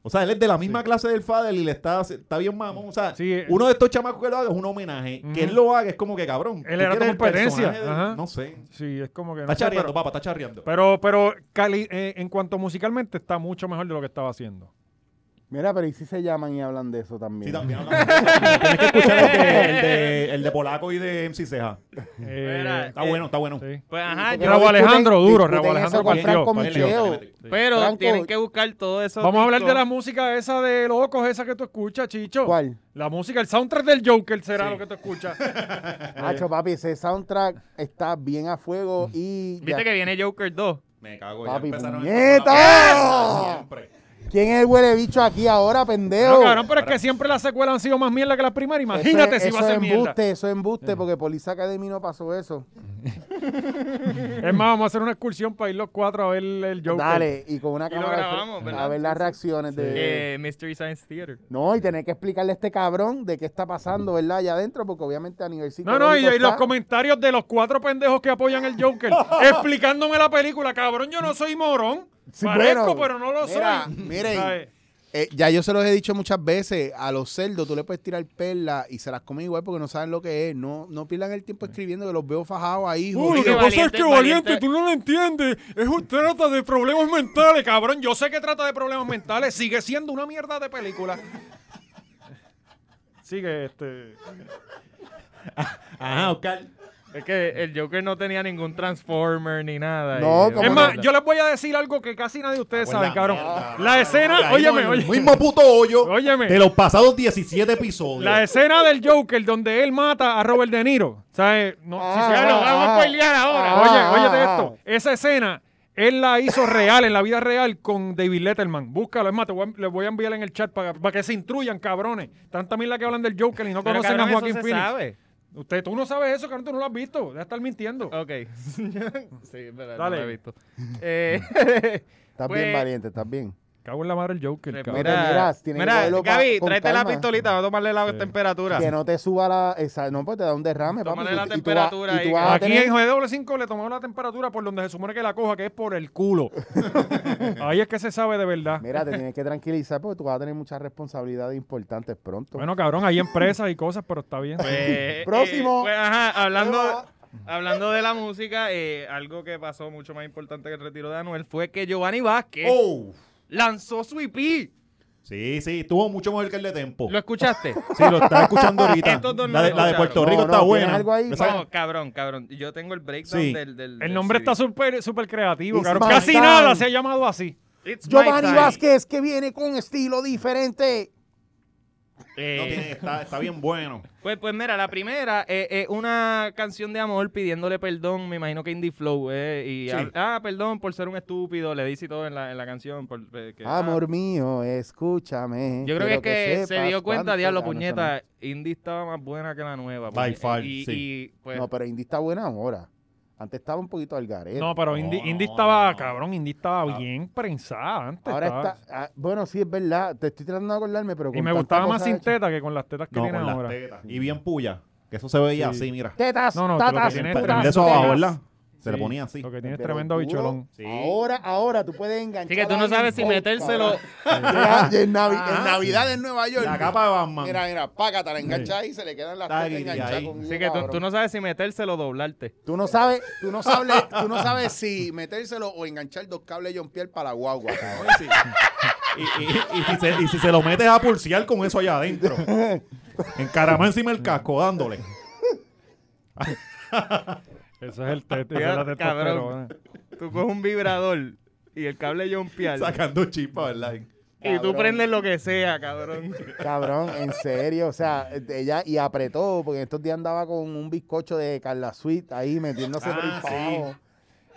S6: O sea, él es de la misma clase del Fadel y le está, está bien mamón. O sea,
S4: Sí, eh.
S6: uno de estos chamacos que lo haga es un homenaje.
S4: Ujú.
S6: Que él lo haga es como que cabrón.
S4: Él
S6: tú
S4: era tu
S6: quieres el
S4: competencia.
S6: personaje de-
S4: Ajá.
S6: No sé.
S4: Sí, es como que no
S6: Está
S4: sé,
S6: charreando,
S4: pero-
S6: papá, está charreando.
S4: Pero, pero cali- eh, en cuanto musicalmente está mucho mejor de lo que estaba haciendo.
S2: Mira, pero ¿y si se llaman y hablan de eso
S6: Sí,
S2: también?
S6: también hablamos de eso. Tienes que escuchar el de, el de- el de Polaco y de MC Ceja.
S7: Espera,
S6: Está
S7: eh,
S6: bueno, está bueno.
S4: Sí.
S3: Pues ajá,
S2: Porque
S3: yo-
S4: Raúl
S2: discuten-
S4: Alejandro, duro,
S2: discuten
S4: Raúl
S2: eso
S4: Alejandro
S2: con
S4: valió,
S2: Franco
S6: valió.
S2: Micheo.
S3: pero
S2: Franco-
S3: tienen que buscar todo eso.
S4: Vamos a hablar de la música esa de locos, esa que tú escuchas, Chicho.
S2: ¿Cuál?
S4: La música, el soundtrack del Joker será lo que tú escuchas.
S2: Nacho, papi, ese soundtrack está bien a fuego
S4: Mm.
S2: y... ya-
S3: Viste que viene Joker 2.
S6: Me cago,
S2: Papi,
S6: el
S2: puñeta.
S6: Siempre.
S2: ¿Quién es el huele bicho aquí ahora, pendejo?
S4: No, cabrón, pero es que siempre las secuelas han sido más mierda que las primeras.
S2: Eso
S4: Imagínate
S2: es-
S4: si va a ser
S2: Eso es
S4: mierda. Eh.
S2: embuste, eso es embuste, porque Police Academy no pasó eso.
S4: Es más, vamos a hacer una excursión para ir los cuatro a ver el Joker.
S2: Dale, y con
S3: lo
S2: una cámara de
S3: grabamos,
S2: fre-
S3: ¿verdad?
S2: a ver las reacciones de...
S3: Eh, Mystery Science Theater.
S2: No, y tener que explicarle a este cabrón de qué está pasando, ¿verdad? Allá adentro, porque obviamente a nivel
S4: No, no, y,
S2: psicológico
S4: y los
S2: está-
S4: comentarios de los cuatro pendejos que apoyan el Joker explicándome la película. Cabrón, yo no soy morón.
S2: Sí,
S4: Parezco,
S2: bueno,
S4: pero no lo
S5: mira,
S4: soy.
S5: miren.
S4: ¿Sabes?
S5: Eh, ya yo se los he dicho muchas veces, a los cerdos tú le puedes tirar perlas y se las comen igual porque no saben lo que es. No, no pierdan el tiempo escribiendo que los veo fajados ahí.
S4: Uh, lo
S5: jodidos.
S3: que
S4: que pasa es
S3: valiente,
S4: que
S3: valiente.
S4: valiente, tú no lo entiendes. Es un trata de problemas mentales, cabrón. Yo sé que trata de problemas mentales. Sigue siendo una mierda de película. Sigue este.
S6: Ajá, Oscar.
S3: Es que el Joker no tenía ningún Transformer ni nada.
S2: No,
S3: y-
S2: como-
S4: Es más, yo les voy a decir algo que casi nadie de ustedes
S6: Abuela,
S4: saben, cabrón.
S6: mierda.
S4: La escena, óyeme,
S6: El
S4: óyeme.
S6: mismo puto hoyo
S4: Óyeme.
S6: de los pasados 17 episodios.
S4: La escena del Joker donde él mata a Robert De Niro. ¿Sabes? No, si
S2: Ah,
S4: se-
S2: ah,
S4: ya lo vamos a
S2: ah.
S4: spoilear ahora.
S2: Ah,
S4: oye,
S2: ah,
S4: oye
S2: ah.
S4: esto. Esa escena, él la hizo real, en la vida real, con David Letterman. Búscalo, es más, te voy a- les voy a enviar en el chat para, para que se instruyan, cabrones. Tanta mierda que hablan del Joker y no
S3: Pero,
S4: conocen
S3: cabrón,
S4: a
S3: eso
S4: Joaquín
S3: se
S4: Phoenix.
S3: sabe.
S4: Usted, tú no sabes eso, cabrón, tú no lo has visto. Deja de estar mintiendo.
S3: Ok. sí, es verdad, no
S4: Dale.
S3: lo he visto. Eh,
S2: Estás
S3: pues,
S2: bien valiente, estás bien.
S4: Cago en la madre el Joker,
S3: Mira,
S4: cabrón.
S2: No te miras, tienes que
S3: mira,
S2: cogerlo pa-
S3: Gaby,
S2: con
S3: tráete la
S2: calma.
S3: pistolita, va a tomarle la temperatura.
S2: Que no te suba la... esa- no, pues te da un derrame, papi.
S3: Tómale
S2: y
S3: la
S2: tú- y tú vas-
S3: temperatura
S2: y tú
S3: ahí,
S2: vas a
S4: Aquí
S2: tener-
S4: en GW5 le tomamos la temperatura por donde se supone que la coja, que es por el culo. Ahí es que se sabe de verdad.
S2: Mira, te tienes que tranquilizar porque tú vas a tener muchas responsabilidades importantes pronto.
S4: Bueno, cabrón, hay empresas y cosas, pero está bien.
S3: Pues,
S2: Próximo.
S3: eh, pues, ajá, hablando,
S2: Nueva.
S3: hablando de la música, eh, algo que pasó mucho más importante que el retiro de Anuel fue que Giovanni Vázquez
S6: Oh.
S3: lanzó su EP.
S6: Sí, sí, estuvo mucho mejor que el de Tempo.
S3: ¿Lo escuchaste?
S6: Sí, lo estaba escuchando ahorita.
S3: Estos dos no
S6: la, de,
S3: lo
S6: la de
S3: escucharon.
S6: Puerto
S2: No,
S6: Rico
S2: no,
S6: está
S2: ¿tienes
S6: buena.
S2: algo ahí?
S6: Esa-
S3: No, cabrón, cabrón. Yo tengo el breakdown
S6: Sí.
S3: del, del-
S4: El
S3: del
S4: nombre
S3: CD.
S4: está súper super creativo,
S2: It's
S4: cabrón.
S2: my
S4: Casi
S2: time.
S4: nada se ha llamado así.
S3: It's my
S2: Giovanni
S3: time.
S2: Vázquez, que viene con estilo diferente.
S3: Eh,
S6: No, tiene- está, está bien bueno.
S3: Pues, pues mira, la primera es una canción de amor pidiéndole perdón, me imagino que Indie Flow, eh, y
S6: Sí.
S3: hab- ah, perdón por ser un estúpido, le dice y todo en la, en la canción. por- eh, que, ah.
S2: Amor mío, escúchame.
S3: Yo creo que es
S2: quiero
S3: que, se
S2: sepas
S3: dio cuenta,
S2: cuánto-
S3: diablo,
S2: Ah, no, eso no.
S3: puñeta, Indie estaba más buena que la nueva.
S6: By
S3: puñe-
S6: far,
S3: y,
S6: sí.
S3: y, pues,
S2: No, pero Indy está buena ahora. Antes estaba un poquito al garete.
S4: No, pero Indy,
S6: no,
S4: Indy
S6: no,
S4: estaba,
S6: no.
S4: cabrón, Indy estaba bien prensada antes.
S2: Ah. ahora
S4: estaba-
S2: está. ah, bueno, sí, es verdad. Te estoy tratando de acordarme, pero.
S4: y
S2: con
S4: me
S2: tanta
S4: gustaba más
S2: cosa
S4: sin
S2: hecha-
S4: teta que con las tetas que
S6: No,
S4: tiene
S6: con las
S4: ahora.
S6: tetas. Y bien puya. Que eso se veía así, mira.
S2: Tetas,
S4: No, no, te lo que
S2: tatas,
S4: tiene
S6: El
S4: Tiene
S6: pantalón
S2: tatas,
S6: de
S4: tetas.
S6: eso abajo,
S2: tetas.
S6: ¿verdad? Se le
S4: Sí,
S6: ponía así.
S4: Lo que tiene es
S2: Pero
S4: tremendo
S2: duro.
S4: bicholón.
S6: Sí.
S2: Ahora, ahora, tú puedes enganchar.
S3: Así que tú
S2: a
S3: no
S2: alguien.
S3: sabes si
S2: Oh,
S3: metérselo. Ah.
S2: cabrón. Ya, ya en Navi-
S5: En Navidad en Nueva York.
S6: La capa de Batman.
S5: Mira, mira, págata, la engancha ahí y se le quedan las
S6: Está
S5: tetas
S6: guiri
S5: enganchadas
S6: ahí.
S5: con
S3: Así que tú, tú no sabes si metérselo o doblarte.
S2: Tú no sabes.
S5: Tú no sabes, tú no sabes si metérselo o enganchar dos cables John Pierre para la guagua. cabrón.
S6: Y, y- y si se, y si se lo metes a pulsear con eso allá adentro. Encaramado encima del casco, dándole.
S4: Eso es el tete,
S3: Ya,
S4: esa es la testosterona.
S3: cabrón. Tú coges un vibrador y el cable jumpear.
S6: Sacando chispa, ¿verdad?
S3: Y tú
S2: Cabrón.
S3: prendes lo que sea, cabrón.
S2: Cabrón, en serio, o sea, ella y apretó, porque estos días andaba con un bizcocho de Carla Sweet ahí metiéndose por el
S6: Ah,
S2: pavo,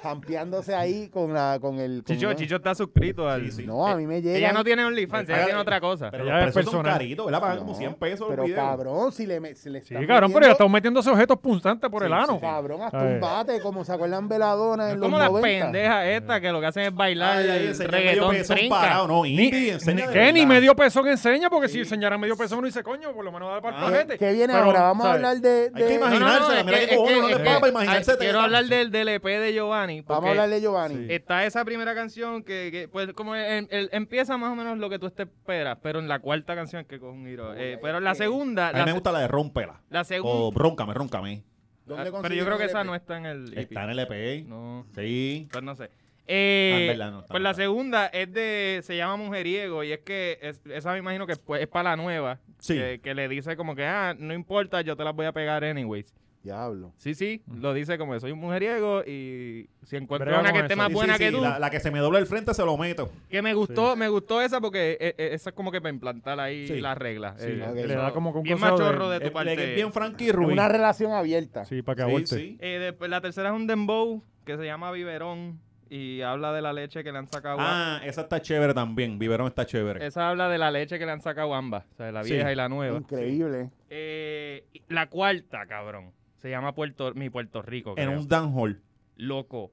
S2: jampeándose ahí con la con el con
S3: Chicho,
S2: una-
S3: Chicho está suscrito al.
S6: Sí, sí.
S2: No, a mí me llega.
S3: Ella no tiene OnlyFans, ella
S6: Pero-
S3: tiene otra cosa.
S6: Pero
S4: Ella
S6: los
S4: es
S6: precios son
S4: personal.
S6: caritos, ¿verdad? Pagan como 100 pesos el
S2: Pero
S6: video.
S2: cabrón, si le me- si le
S4: Sí,
S2: están
S4: cabrón, pero ya
S2: metiendo-
S4: estamos metiéndose objetos punzantes por el ano.
S2: Cabrón, hasta
S4: Ay.
S2: un bate como se acuerdan Veladona en
S3: Es
S2: los
S3: como las
S2: 90.
S3: pendejas estas que lo que hacen es bailar
S6: Ay, ay,
S3: el
S6: enseñar medio
S3: reggaetón
S6: pezón
S3: trinca.
S6: parado, no,
S4: Ni,
S6: indie,
S4: ni,
S6: enseña de
S4: que ni
S6: verdad.
S4: medio pezón enseña, porque si enseñara medio pezón no dice coño, por lo menos dale para el
S6: Ah,
S4: paquete.
S2: ¿Qué viene
S4: Pero,
S2: ahora? Vamos
S4: ¿sabes?
S2: a hablar de,
S6: Hay que
S2: de-
S6: imaginar- Imaginarse,
S3: es
S6: mira
S3: que-
S6: qué
S3: es
S6: cojones
S3: que-
S6: no
S3: es
S6: les
S3: que-
S6: va para imaginarse
S3: ay, Quiero
S6: tetas.
S3: hablar del DLP de Giovanni.
S2: Vamos
S3: porque
S2: a hablar de Giovanni.
S3: Está esa primera canción que, que, pues, como en- el- empieza más o menos lo que tú te esperas, pero en la cuarta canción es que coge un giro. Eh, pero la segunda,
S6: A mí
S3: la,
S6: me gusta Oh, la de Rómpela.
S3: la
S6: O
S3: segunda,
S6: Róncame, Róncame.
S3: Ah,
S2: E
S3: pero yo creo que esa no está en el EP.
S6: Está en el EP.
S3: No,
S6: Sí.
S3: pues no sé. Eh,
S6: E Ah, en verdad, no, está,
S3: pues
S6: no
S3: la
S6: está.
S3: segunda es de, se llama Mujeriego y es que es- esa me imagino que pues, es para la nueva,
S6: Sí.
S3: que, que le dice como que, ah, no importa, yo te las voy a pegar anyways.
S2: Diablo.
S3: Sí, sí, lo dice como que soy un mujeriego y si encuentro
S4: Brega
S3: una que
S4: con
S3: esté
S4: eso.
S3: más
S6: Sí,
S3: buena
S6: sí,
S3: que
S6: sí,
S3: tú,
S6: La, la que se me dobla el frente se lo meto.
S3: que me gustó, me gustó esa porque eh, eh, esa es como que para implantar ahí
S6: Sí.
S3: las reglas.
S4: Sí,
S3: Eh,
S4: le da como que un
S3: bien
S4: costado de-
S3: machorro de,
S6: Es
S3: tu parte.
S6: bien Frankie Ruiz.
S2: Una relación abierta.
S4: Sí, para que
S6: Sí,
S4: aborte.
S6: sí.
S3: Eh, después, la tercera es un dembow que se llama Biberón y habla de la leche que le han sacado a-
S6: Ah, esa está chévere también. Biberón está chévere.
S3: Esa habla de la leche que le han sacado ambas, o sea, de la
S6: Sí.
S3: vieja y la nueva.
S2: Increíble.
S3: Eh, y la cuarta, cabrón, se llama Puerto, Mi Puerto Rico,
S6: En
S3: creo.
S6: un Dan Hall.
S3: Loco,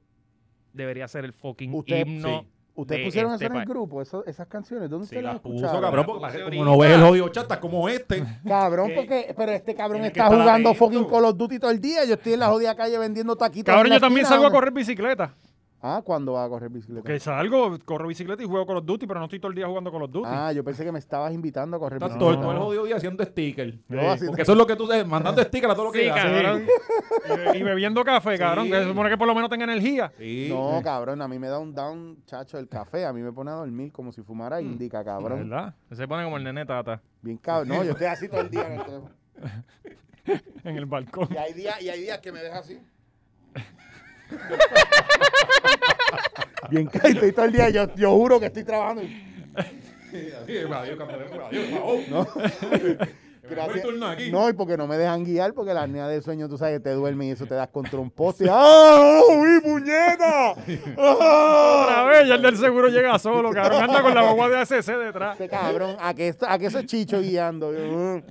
S3: debería ser el fucking
S2: Usted-
S3: himno.
S6: sí.
S2: ¿Ustedes
S3: De
S2: pusieron
S3: este
S2: eso en el
S3: país.
S2: grupo? eso- esas canciones, ¿dónde
S6: Sí,
S2: se
S6: la
S2: las
S6: puso,
S2: escucharon?
S6: cabrón.
S3: La
S6: Porque
S3: puse
S6: como no ves el odio chata como este.
S2: Cabrón, porque, pero este cabrón
S6: Tiene que
S2: está
S6: estar
S2: jugando
S6: atento.
S2: fucking Call of Duty todo el día. Yo estoy en la jodida calle vendiendo taquitos.
S4: Cabrón,
S2: en la
S4: yo también
S2: esquina,
S4: salgo a
S2: ¿dónde?
S4: correr bicicleta.
S2: Ah, ¿cuándo va a correr bicicleta?
S4: Que salgo, corro bicicleta y juego con los Duty, pero no estoy todo el día jugando con los Duty.
S2: Ah, yo pensé que me estabas invitando a correr
S6: Está
S2: bicicleta.
S6: todo, todo el jodido día haciendo sticker.
S2: Yo así-
S6: Porque eso es lo que tú haces, mandando sticker a todo lo que
S3: Sí,
S6: haces.
S3: cabrón.
S4: Y, y bebiendo café, cabrón, que se supone que por lo menos tenga energía.
S6: Sí.
S2: No, cabrón, a mí me da un down, chacho, el café. A mí me pone a dormir como si fumara indica, cabrón.
S4: ¿Verdad?
S3: Se pone como el nene tata.
S2: Bien cabrón. No, yo estoy así todo el día. en el teléfono.
S4: En el balcón.
S2: Y hay días, y hay días que me deja así. Bien cabrón, estoy todo el día. Yo, yo juro que estoy trabajando. y- No. Gracias. No, y porque no me dejan guiar, porque la apnea del sueño, tú sabes, te duerme y eso te das contra un poste. ¡Ah, no lo vi, puñeta! ¡Ah!
S4: Otra vez, ya el del seguro llega solo, cabrón. Anda con la guagua de ACC detrás.
S2: Este cabrón, a que, esto, a que eso es Chicho guiando. Yo, uh.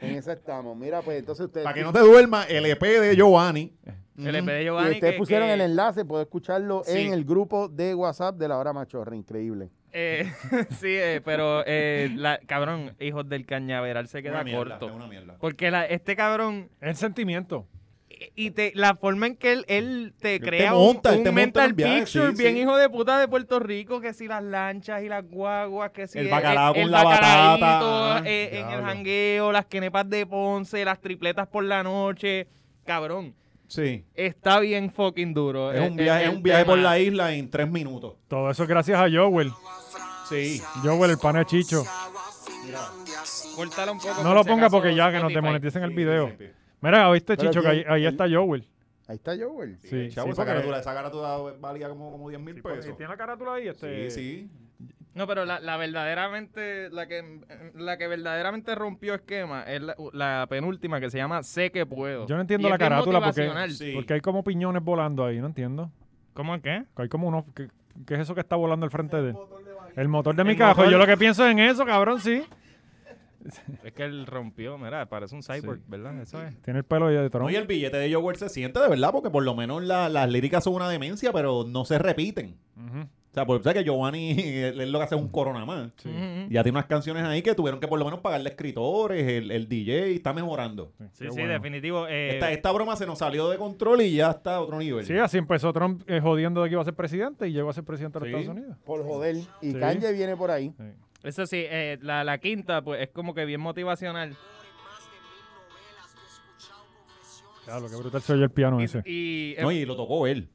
S2: En esa estamos. Mira, pues entonces ustedes.
S6: Para que no te duerma, el EP de Giovanni.
S3: El EP de
S2: y
S3: Giovanni.
S2: ustedes
S3: que-
S2: pusieron
S3: que-
S2: el enlace, puedo escucharlo
S3: Sí.
S2: en el grupo de WhatsApp de la hora machorra. Increíble.
S3: eh, sí, eh, pero eh, la- cabrón, hijos del cañaveral se queda
S6: Una mierda,
S3: corto.
S6: una mierda.
S3: Porque la- este cabrón,
S4: El sentimiento.
S3: eh, y te, la forma en que él, él te
S6: te
S3: crea
S6: monta,
S3: un,
S6: él te
S3: un
S6: monta en
S3: mental
S6: el viaje,
S3: picture
S6: sí,
S3: bien
S6: sí.
S3: hijo de puta de Puerto Rico, que si las lanchas y las guaguas, que si
S6: El
S3: el-
S6: bacalao
S3: el-
S6: con
S3: el
S6: la batata,
S3: bacalaíto,
S6: ah,
S3: eh, en el
S6: diablo.
S3: jangueo, las quenepas de Ponce, las tripletas por la noche, cabrón.
S6: Sí.
S3: Está bien fucking duro. eh,
S6: Es un
S3: el-
S6: viaje,
S3: el
S6: eh, es un viaje por
S3: tema.
S6: la isla en tres minutos.
S4: Todo eso es gracias a Joel.
S6: Sí.
S4: Joel, el pana de Chicho.
S3: Córtala un poco.
S4: No
S3: por
S4: lo
S3: si
S4: ponga
S3: acaso,
S4: porque ya que nos
S3: Spotify.
S4: demoneticen el video. Mira, ¿oíste,
S2: Pero
S4: Chicho? Que ahí,
S2: bien,
S4: ahí
S2: el-
S4: está Joel.
S2: Ahí está Joel.
S4: Sí, sí,
S6: Chavo, esa
S4: porque-
S6: carátula, esa carátula valía como, como 10 mil
S4: sí, porque
S6: pesos.
S4: tiene la carátula ahí,
S6: Sí,
S4: este.
S6: sí.
S3: No, pero la, la verdaderamente, la que, la que verdaderamente rompió esquema es la, la penúltima que se llama Sé que puedo.
S4: Yo no entiendo
S3: Y es
S4: la
S3: bien
S4: carátula porque,
S3: motivacional.
S6: Sí.
S4: porque hay como piñones volando ahí, no entiendo.
S3: ¿Cómo qué?
S4: Que Hay como unos. ¿Qué, qué es eso que está volando al frente de él? El motor de mi carro. Yo lo que pienso es en eso, cabrón, sí.
S3: Es que él rompió, mira, parece un cyborg, ¿verdad? Eso es.
S4: Tiene el pelo ya de
S6: No,
S4: tronco.
S6: y el billete de Joel se siente de verdad, porque por lo menos la- las líricas son una demencia, pero no se repiten.
S4: Ujú.
S6: O sea, porque sabes que Giovanni él, él lo que hace es un corona más.
S3: Ujú.
S6: Ya tiene unas canciones ahí que tuvieron que por lo menos pagarle escritores, el, el DJ, está mejorando.
S3: Sí,
S4: Qué
S3: sí,
S4: bueno.
S3: definitivo. eh,
S6: Esta, esta broma se nos salió de control y ya está a otro nivel.
S4: Sí, así empezó Trump eh, jodiendo de que iba a ser presidente y llegó a ser presidente de los
S6: Sí.
S4: Estados Unidos.
S2: Por joder. Y
S4: Sí.
S2: Kanye viene por ahí.
S3: Eso sí, eh, la, la quinta, pues es como que bien motivacional.
S4: Claro, qué brutal se oye el piano ese.
S3: Y. eh,
S6: No, y lo tocó él.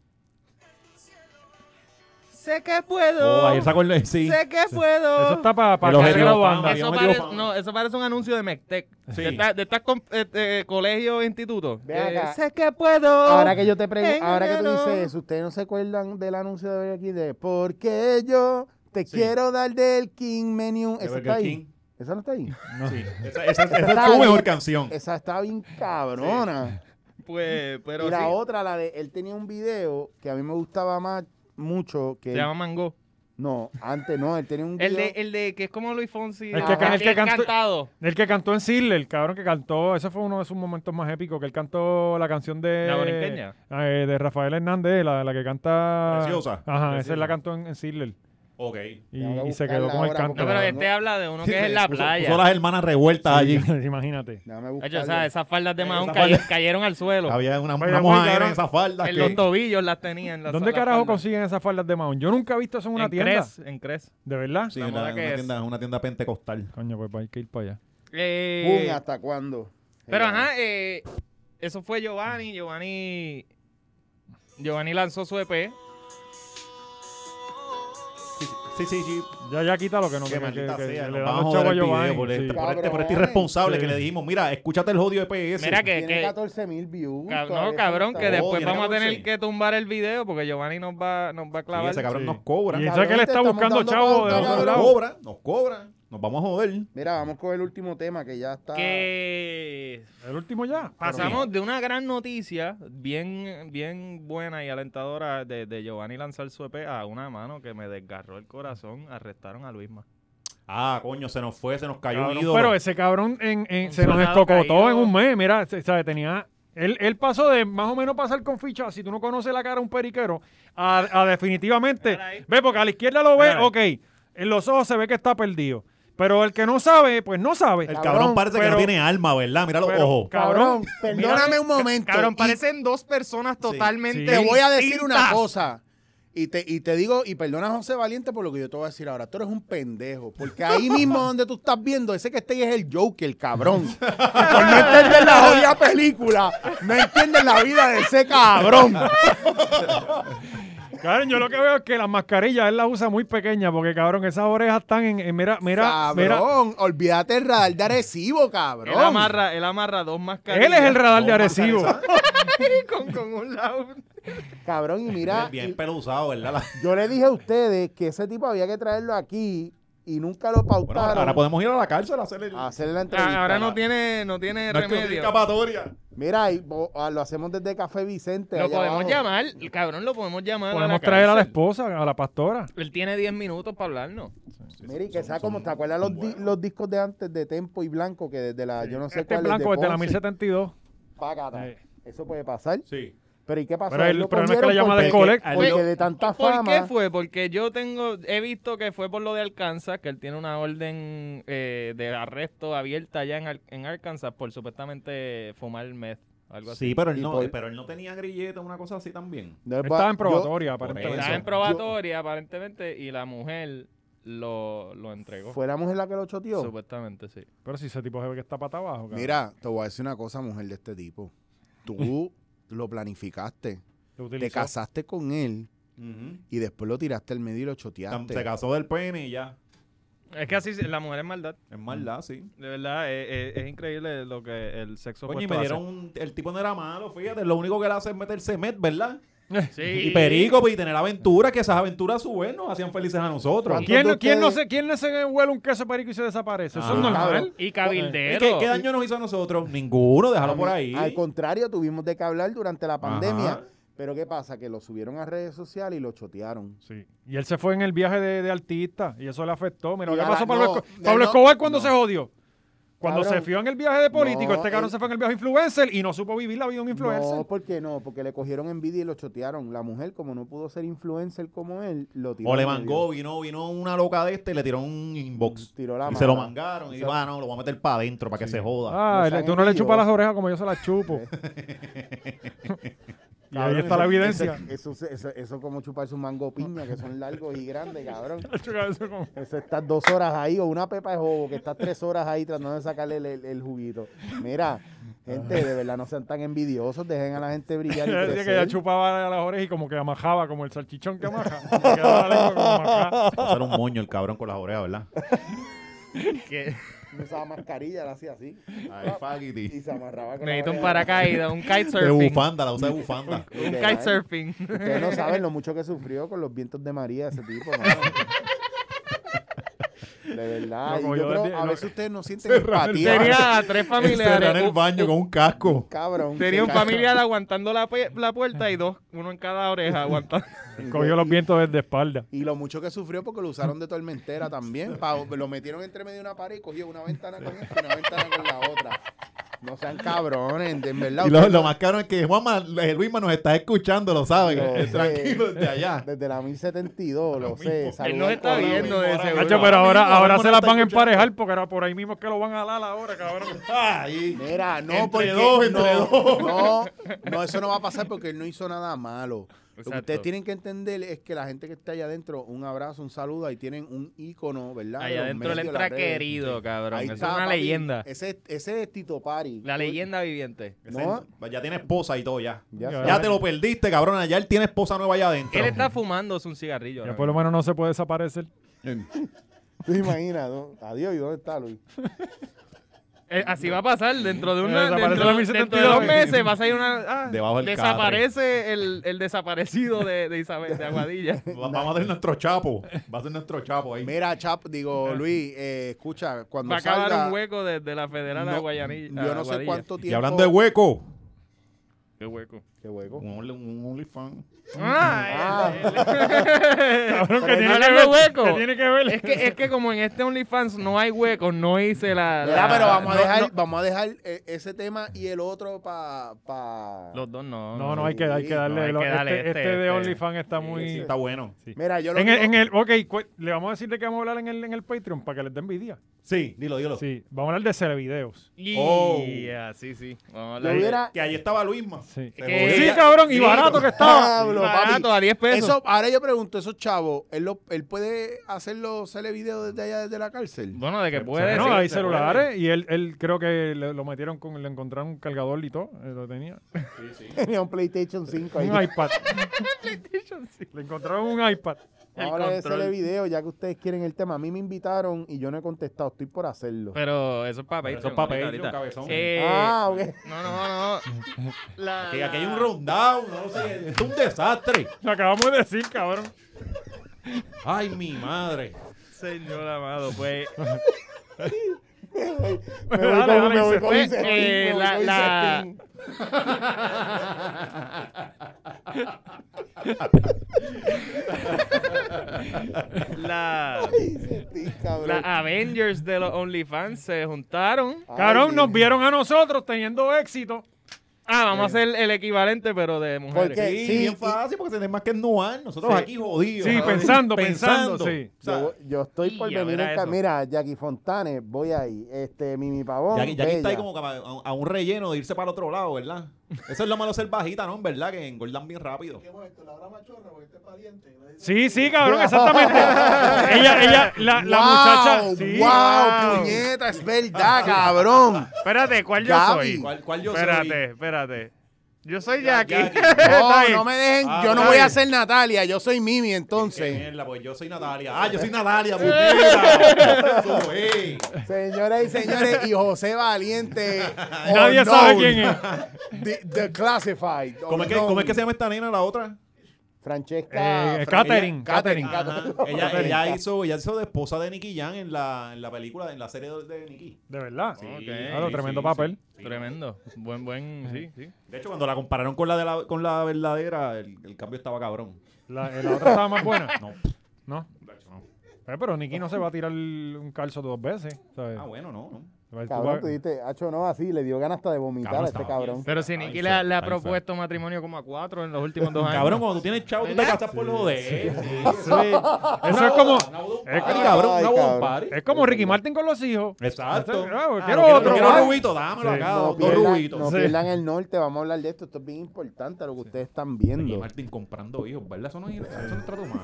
S3: sé que puedo.
S6: Oh, ahí sacó el... Sí.
S3: Sé que puedo.
S4: Eso está para
S6: El
S4: para
S6: objetivo,
S4: la
S6: fama.
S4: banda.
S6: Había
S3: Eso
S6: metido
S3: parece,
S6: fama.
S3: no, eso parece un anuncio de Mectec.
S6: Sí.
S3: De estas de estas com- eh, eh, colegios e institutos.
S2: Ve acá.
S3: sé que puedo.
S2: Ahora que yo te pregunto,
S3: Oh, en
S2: ahora que tú
S3: enero.
S2: dices eso, ¿ustedes no se acuerdan del anuncio de hoy aquí de porque yo te quiero dar del King Menu?
S6: De
S2: ¿Esa
S6: Burger
S2: está
S6: King.
S2: ahí? ¿Esa no está ahí?
S6: Sí. Esa, esa- esa
S2: Está
S6: es tu
S2: bien.
S6: mejor canción.
S2: Esa está bien cabrona.
S3: Pues, pero
S2: y la
S3: sí.
S2: otra, la de él tenía un video que a mí me gustaba más mucho que
S3: Se llama Mango.
S2: no, antes no, él tenía un video.
S3: El de, el de que es como Luis Fonsi. Ah,
S4: El
S2: que
S4: can- el que
S3: es
S4: cantó-
S3: cantado.
S4: El que cantó en Sidle, el cabrón que cantó, ese fue uno de sus momentos más épicos, que él cantó la canción de...
S3: La borinqueña.
S4: eh, de Rafael Hernández, la, la que canta...
S6: Preciosa.
S4: Ajá,
S6: Preciosa.
S4: esa la cantó en, en Sidler
S6: Ok.
S4: y,
S2: Tengo que
S4: y se
S2: buscarla
S4: quedó con el
S2: ahora,
S4: canto.
S3: No, pero
S2: Claro,
S3: este
S2: ¿no?
S3: habla de uno que es en la
S6: Puso-
S3: playa.
S6: puso las hermanas revueltas allí.
S4: Imagínate.
S2: Déjame
S3: Hacho,
S2: buscarlo.
S3: o sea, esas faldas de
S6: Esa
S3: Mahón
S6: falda-
S3: cay- cayeron al suelo.
S6: Había una, una
S4: Vaya,
S6: mojadera
S4: cabrón.
S6: en esa falda.
S3: En
S6: que-
S3: los tobillos las tenían. las-
S4: ¿Dónde
S3: las
S4: carajo
S3: faldas.
S4: consiguen esas faldas de Mahon? Yo nunca he visto eso en una
S3: en
S4: tienda.
S3: Cres, en Cres.
S4: ¿De verdad?
S6: Sí,
S3: La
S6: en la-
S3: moda
S6: en
S3: que
S6: una,
S3: es.
S6: tienda, en una tienda pentecostal.
S4: Coño, pues hay que ir para allá.
S3: Eh,
S2: Boom, ¿hasta cuándo?
S3: pero
S2: Eh,
S3: ajá, eh, eso fue Giovanni. Giovanni Giovanni lanzó su EP.
S6: Sí, sí, sí.
S4: Ya, ya quita lo que no
S6: Qué
S4: que, que,
S6: maldita
S4: que-
S6: sea,
S4: que
S6: nos
S4: le dan los
S6: vamos a joder
S4: chavos a
S6: el
S4: Giovanni.
S6: video por este,
S4: sí.
S6: por este, por este
S2: Cabrones.
S6: irresponsable
S4: Sí.
S6: que le dijimos, mira, escúchate el jodido EPS.
S3: Mira que,
S2: Tiene
S3: que-
S2: 14 mil views.
S3: cab-
S2: todavía
S3: no, cabrón,
S2: falta.
S3: que después
S6: tiene
S3: vamos a tener
S6: 14.
S3: que tumbar el video porque Giovanni nos va, nos va a
S6: Sí,
S3: clavar.
S6: ese cabrón
S4: Sí.
S6: nos cobra.
S4: Y
S6: Nos
S4: eso es que le
S2: Cabrón, te
S4: está
S2: estamos
S4: buscando
S2: dando
S4: chavo de
S2: pauta,
S4: otro
S2: cabrón.
S4: lado.
S6: cobra, nos cobra. Nos vamos a joder.
S2: Mira, vamos con el último tema que ya está.
S3: que
S4: El último ya.
S3: pasamos de una gran noticia bien, bien buena y alentadora de, de Giovanni lanzar su EP a una mano que me desgarró el corazón. Arrestaron a Luisma.
S6: Ah, coño, se nos fue, se nos cayó
S4: Cabrón,
S6: un ídolo.
S4: pero ese cabrón en- en-
S3: Un
S4: se nos
S3: soldado
S4: estocotó
S3: caído.
S4: en un mes. Mira, se- sabe, tenía. Él, él pasó de más o menos pasar con ficha, si tú no conoces la cara de un periquero, a, a definitivamente.
S3: Mírala ahí.
S4: Ve, porque a la izquierda lo ve,
S3: Mírala.
S4: ok. En los ojos se ve que está perdido. Pero el que no sabe, pues no sabe.
S6: el
S2: Cabrón,
S6: cabrón, parece que
S4: pero-
S6: no tiene alma, ¿verdad? Mira los
S4: Pero,
S6: ojos.
S4: Cabrón,
S2: Cabrón,
S5: Perdóname un momento.
S3: Cabrón,
S5: y
S3: parecen dos personas totalmente.
S4: Sí.
S5: Te voy a decir
S3: distintas.
S5: una cosa. Y te, y te digo, y perdona José Valiente por lo que yo te voy a decir ahora. Tú eres un pendejo. Porque ahí mismo donde tú estás viendo, ese que está ahí es el Joker, cabrón. Y Por no entender la jodida película, no entiendes la vida de ese cabrón.
S4: Cabrón, yo lo que veo es que las mascarillas él las usa muy pequeñas, porque cabrón, esas orejas están en. en- mira, mira, mira.
S5: cabrón, olvídate el radar de Arecibo, cabrón.
S3: Él amarra, él amarra dos mascarillas.
S4: Él es el radar de
S6: Dos
S4: Arecibo.
S3: con, con un lado.
S2: Cabrón, y mira,
S6: Bien
S2: y-
S6: peluzado, ¿verdad? La-
S2: yo le dije a ustedes que ese tipo había que traerlo aquí y nunca lo
S6: Bueno,
S2: pautaron
S6: ahora podemos ir a la cárcel a hacer el...
S2: a hacerle la entrevista.
S3: Ahora no tiene, no tiene
S6: No es que no tiene
S3: remedio.
S6: escapatoria.
S2: Mira, y bo- ah, lo hacemos desde Café Vicente.
S3: Lo
S2: allá
S3: podemos
S2: abajo.
S3: llamar, cabrón, lo podemos llamar.
S4: Podemos
S3: la
S4: traer a la
S3: cárcel.
S4: esposa, a la pastora.
S3: Él tiene 10 minutos para hablarnos.
S2: Mira, y que sea como, ¿te acuerdas los, di- los discos de antes de Tempo y Blanco? Que desde la, yo no sé
S4: este
S2: cuál
S4: blanco es de la
S2: Ponce,
S4: 1072.
S2: págata.
S4: Sí.
S2: Eso puede pasar.
S6: Sí.
S2: Pero ¿y qué pasó?
S4: Pero
S2: Él
S4: el
S2: lo
S4: problema es que la
S2: cogieron
S4: llama
S2: porque-
S4: del collect.
S6: al-
S2: Porque
S6: Oye,
S2: de tanta
S3: ¿Por qué
S2: fama.
S3: fue? Porque yo tengo, he visto que fue por lo de Arkansas, que él tiene una orden eh, de arresto abierta allá en, Ar- en Arkansas por supuestamente fumar meth. Algo así.
S6: Sí, pero él,
S2: Y
S6: no,
S2: por-
S6: pero él no tenía grilleta, una cosa así también.
S2: No es
S4: Estaba
S2: va-
S4: en
S2: yo-
S4: probatoria, aparentemente.
S3: Está
S6: eso.
S3: en probatoria, aparentemente, y la mujer lo, lo entregó.
S2: ¿Fue la mujer la que lo choteó?
S3: Supuestamente, sí.
S4: Pero si ese tipo se ve que está pata abajo. cabrón.
S5: Mira, te voy a decir una cosa, mujer de este tipo. Tú lo planificaste.
S4: Lo
S5: Te
S4: utilizó.
S5: casaste con él y después lo tiraste al medio y lo
S6: Tam- Se
S5: choteaste.
S6: casó del pene y ya.
S3: Es que así, se- la mujer es maldad.
S6: Es maldad, sí.
S3: De verdad, eh, es, es- es increíble lo que el sexo
S6: Coño, y
S3: opuesto
S6: me
S3: hace.
S6: dieron un- El tipo no era malo, fíjate. Lo único que le hace es meterse met, ¿verdad?
S3: Sí.
S6: Y perico, pues, y tener aventuras, que esas aventuras a su vez nos hacían felices a nosotros.
S2: ¿Cuántos
S4: ¿Quién,
S2: de
S4: quién no
S2: ustedes-
S4: se, ¿Quién no se huele un queso perico y se desaparece? Eso
S6: Ah,
S4: es normal.
S2: cabrón.
S3: Y
S6: ¿Y
S3: cabildero.
S6: ¿Qué, qué daño nos hizo a nosotros? Ninguno, déjalo por ahí.
S2: Al contrario, tuvimos de que hablar durante la pandemia.
S6: Ajá.
S2: Pero ¿qué pasa? Que lo subieron a redes sociales y lo chotearon.
S4: Sí. Y él se fue en el viaje de, de artista y eso le afectó. Mira,
S5: Y
S4: ¿qué
S5: ahora
S4: pasó Pablo,
S5: no,
S4: Esco-
S5: de
S4: Pablo
S5: no-
S4: Escobar cuando
S5: no.
S4: se jodió? Cuando
S2: Cabrón.
S4: se fió en el viaje de político,
S2: No,
S4: este cabrón
S2: él-
S4: se fue en el viaje de influencer y no supo vivir la vida de un influencer.
S2: No, ¿por qué no? Porque le cogieron envidia y lo chotearon. La mujer, como no pudo ser influencer como él, lo tiró.
S6: O le
S2: al medio.
S6: mangó, vino, vino una loca de este y le tiró un inbox.
S2: Tiró la
S6: y se lo
S2: mala.
S6: mangaron. Y
S2: Se-
S6: dijo, ah, no, lo voy a meter para adentro para que se joda.
S4: Ah,
S2: No
S4: le-
S2: sean
S4: tú no le chupas
S2: envidiosos.
S4: las orejas como yo se las chupo. y ahí
S2: Cabrón,
S4: está la
S2: eso-
S4: evidencia.
S2: Eso, eso, eso- eso es como chuparse un mango piña, que son largos y grandes, cabrón.
S4: Eso como-
S2: Eso estás dos horas ahí, o una pepa de jobo, que estás tres horas ahí tratando de sacarle el, el- el juguito. Mira, gente, de verdad no sean tan envidiosos, dejen a la gente brillar. Y
S4: Ella decía que
S2: crecer.
S4: ella chupaba las orejas y como que amajaba, como el salchichón que amaja. Le quedaba la lengua como amajada.
S6: Va a ser un moño el cabrón con las orejas, ¿verdad?
S2: No usaba mascarilla, la hacía así.
S6: Ay,
S2: Y
S6: faggy.
S2: se amarraba con la
S3: Necesito un
S2: oreja.
S3: paracaídas, un
S6: De
S3: kitesurfing.
S6: bufanda, la usa de bufanda.
S3: Un
S2: Literal.
S3: kitesurfing.
S2: Ustedes no saben lo mucho que sufrió con los vientos de María ese tipo, mano. De verdad.
S4: Lo
S2: y
S4: cogió
S2: yo creo,
S4: de-
S2: a
S4: lo-
S2: veces ustedes no sienten empatía.
S3: Tenía a tres
S6: Encerrada en
S3: familiares.
S6: el
S3: un-
S6: baño con un casco.
S2: Cabrón.
S3: Tenía un
S2: cabrón.
S3: familiar aguantando la, pu- la puerta y dos, uno en cada oreja aguantando.
S4: Cogió los vientos desde espalda.
S5: Y lo mucho que sufrió porque lo usaron de tormentera también. pa- lo metieron entre medio de una pared y cogió una ventana con
S2: este
S5: esta y una ventana con la otra. No sean cabrones, de- en verdad.
S6: Y lo,
S5: ustedes-
S6: lo más caro es que Juanma, eh, Luisma nos está escuchando, lo saben.
S2: Lo
S6: Eh,
S2: sé.
S6: Tranquilo, de allá.
S2: Desde la 1072, lo, sé.
S3: Él
S2: saludos
S3: nos está
S2: con-
S3: viendo de seguro.
S4: Nacho, pero ahora, ahora
S6: mismo, ahora
S4: se las
S6: está
S4: van a
S6: escuchando.
S4: emparejar porque era por ahí mismo que lo van a alar ahora, cabrón.
S6: Ay,
S5: Mira, no,
S6: Entre
S5: porque
S6: dos, entre
S5: no,
S6: dos.
S5: no, no, eso no va a pasar porque él no hizo nada malo.
S2: Lo que ustedes tienen que entender es que la gente que está allá adentro, un abrazo, un saludo, ahí tienen un ícono, ¿verdad?
S3: Ahí
S2: De los
S3: adentro le
S2: medios,
S3: entra
S2: las redes.
S3: querido, cabrón.
S2: Ahí
S3: Eso
S2: está,
S3: es una
S2: papi. Eh,
S3: leyenda.
S2: Ese, ese es Tito Pari.
S3: La leyenda viviente.
S2: No.
S6: Ese- pues Ya tiene esposa y todo ya.
S4: Ya.
S2: Ya sabes.
S6: Ya te lo perdiste, cabrón. Ya él tiene esposa nueva allá adentro.
S3: Él está fumándose un cigarrillo.
S4: Ya
S3: ahora
S2: pues,
S4: por lo menos no se puede desaparecer.
S2: Tú imaginas, ¿no? Adiós, ¿y dónde está Luis?
S3: Eh, así va a pasar dentro de una
S4: Desaparece
S3: dentro,
S4: la 1072.
S3: dentro de dos meses va a salir una ah,
S6: Debajo del
S3: desaparece el, el desaparecido de, de Isabel de Aguadilla
S6: Va- Vamos a ser nuestro chapo. Va a ser nuestro chapo ahí.
S2: Mira, Chap, digo, Luis, eh, escucha, cuando
S3: va a acabar
S2: salga...
S3: un hueco Ah, de, de la federal a
S2: no,
S3: Guayanilla
S2: Yo
S3: a
S2: no sé
S3: Aguadilla.
S2: cuánto tiempo...
S6: Y hablando de hueco.
S3: qué hueco
S2: ¿Qué hueco?
S6: Un only- un OnlyFans.
S3: ah, el-
S4: Cabrón,
S3: Pero
S4: que tiene
S3: no
S4: que
S3: le
S4: ver.
S3: hueco.
S4: que tiene que ver.
S3: el- es que es que como en este OnlyFans no hay huecos no hice la,
S2: Mira,
S3: la-
S2: pero vamos a
S3: no,
S2: dejar,
S3: no,
S2: vamos a dejar eh, ese tema y el otro para...
S3: los dos no
S4: No, no, hay que, hay que darle.
S3: No, hay
S4: lo-
S3: que darle
S4: este,
S3: este,
S4: este de
S3: este.
S4: OnlyFans está muy.
S6: Está bueno.
S2: Mira, yo lo
S4: En el,
S2: digo-
S4: en el- ok, cu- le vamos a decir de qué vamos a hablar en el, en el Patreon para que les den envidia.
S6: Sí, dilo, dilo.
S4: Sí, vamos a hablar de televideos.
S3: Y-
S6: Oh.
S3: ah, sí sí vamos a
S2: Yo
S3: hablar
S2: hubiera...
S6: Que ahí estaba Luisma.
S4: Sí.
S6: Se
S3: Que-
S4: Sí,
S6: jodió.
S4: cabrón, y
S3: Sí.
S4: barato que estaba.
S2: Pablo, papi.
S3: barato a 10 pesos
S2: Eso, ahora yo pregunto, esos chavos, ¿él, lo- él puede hacer los televideos desde allá, desde la cárcel?
S3: bueno de que puede
S4: No,
S3: sí.
S4: hay
S6: se
S4: celulares y él, él creo que le- lo metieron con, le encontraron un cargador y todo, eh, lo tenía.
S2: Tenía un PlayStation 5 ahí.
S4: Un iPad. Le encontraron un iPad.
S3: El
S2: Ahora de
S3: control.
S2: televideo, ya que ustedes quieren el tema. A mí me invitaron y yo no he contestado, estoy por hacerlo.
S3: pero eso es papel
S6: Esos papeles, un cabezón.
S3: Eh,
S2: ah, ok.
S3: No, no, no. La-
S6: Aquí, aquí hay un
S3: la-
S6: rundown. No sé, es un desastre.
S4: Lo acabamos de decir, cabrón.
S6: Ay, mi madre.
S3: Señor amado, pues.
S2: Me voy
S4: Dale,
S2: con-
S4: dale,
S2: me voy
S4: se
S2: con
S3: fue.
S2: mi setting,
S3: Eh,
S2: me voy
S3: la-
S2: con mi
S3: la-
S2: setting.
S3: La,
S2: Mi setting, cabrón.
S3: la Avengers de los OnlyFans se juntaron.
S2: Ay,
S4: Cabrón, nos
S2: Dios.
S4: vieron a nosotros teniendo éxito.
S3: Ah, vamos a hacer el equivalente, pero de mujeres.
S2: Porque-
S6: Sí,
S2: Sí,
S6: bien
S2: y-
S6: fácil porque tenemos más que ennuar. Nosotros
S3: Sí.
S6: aquí jodidos.
S4: Sí,
S6: cabrón.
S4: pensando, pensando, sí.
S6: O sea,
S2: Yo, yo estoy por
S3: Ya
S2: venir
S3: verá
S2: en ca-
S3: eso.
S2: Mira, Jackie Fontane, voy ahí. Este, Mimi Pavón.
S6: Ya, que- ya que está ahí
S2: Bella.
S6: como que a, a- a un relleno de irse para el otro lado, ¿verdad? Eso es lo malo de ser bajita, ¿no? En verdad que engordan bien rápido.
S4: Sí, sí, cabrón, exactamente. ella, ella, la, la muchacha.
S2: Wow,
S4: sí. Ah,
S2: wow, puñeta, es verdad, cabrón.
S7: Espérate, ¿cuál yo
S2: Gaby.
S7: soy?
S6: ¿Cuál, cuál yo
S7: Espérate,
S6: soy?
S7: espérate. Yo soy
S6: Ya-
S7: Jackie.
S6: Jackie.
S2: No,
S7: Está bien.
S2: no me dejen,
S6: Ah,
S2: yo no
S6: está
S2: voy a
S6: bien.
S2: ser Natalia, yo soy Mimi
S6: Qué
S2: entonces.
S6: mierda, pues yo soy Natalia. Ah, yo soy Natalia, puñeta. Eso es.
S2: Señoras y señores, y José Valiente.
S4: Nadie
S2: or
S4: sabe
S2: known,
S4: quién es.
S2: The, the Classified. or
S6: ¿Cómo es, que,
S2: known.
S6: cómo es que se llama esta nena, la otra?
S2: Francesca.
S4: Eh,
S2: Fra-
S4: Catherine,
S2: ella- Catherine.
S4: Catherine.
S2: Catherine.
S6: Ajá. Ella, ella hizo, ella hizo de esposa de Nicky Jan en la, en la película, en la serie de, de Nicky.
S4: De verdad.
S3: Ok.
S4: Claro,
S6: Sí,
S4: tremendo
S6: sí,
S4: papel.
S6: sí.
S3: Tremendo. Buen, buen. Sí, sí.
S6: De hecho, cuando la compararon con la, de la, con la verdadera, el, el cambio estaba cabrón.
S4: La, eh, la otra estaba más buena.
S6: No.
S4: No. Eh, pero Nicky no se va a tirar un calzo dos veces. ¿sabes?
S6: Ah, bueno, no. no.
S4: Tú
S2: Cabrón,
S4: vas-
S2: tú dijiste, hacho, no, así, le dio ganas hasta de vomitar
S6: Cabrón,
S2: a este
S6: estaba bien.
S2: cabrón.
S3: Pero si Nicky
S6: Ahí
S3: le, ha-
S6: fue,
S3: le ha
S6: ahí fue.
S3: propuesto matrimonio como a cuatro en los últimos dos años.
S6: Cabrón, cuando tú tienes chavo, tú te casas por lo de él.
S4: Eso es como,
S6: Es
S4: es
S6: como
S4: como-
S6: cabrón, una
S2: Ay,
S6: bomba
S2: cabrón.
S6: party.
S4: es como Ricky Martin con los hijos.
S6: Exacto.
S4: Eso- ah,
S6: Ah,
S4: quiero
S6: lo
S4: otro,
S6: lo quiero
S4: ¿verdad?
S6: rubito, dámelo
S4: Sí.
S6: acá,
S4: No
S6: dos, dos
S2: pierdan,
S6: rubitos.
S2: no
S4: Sí.
S2: pierdan el norte, vamos a hablar de esto, esto es bien importante lo que ustedes están
S6: Ricky
S2: viendo.
S6: Martin comprando hijos, ¿verdad? Eso no es, eso no es trato humano.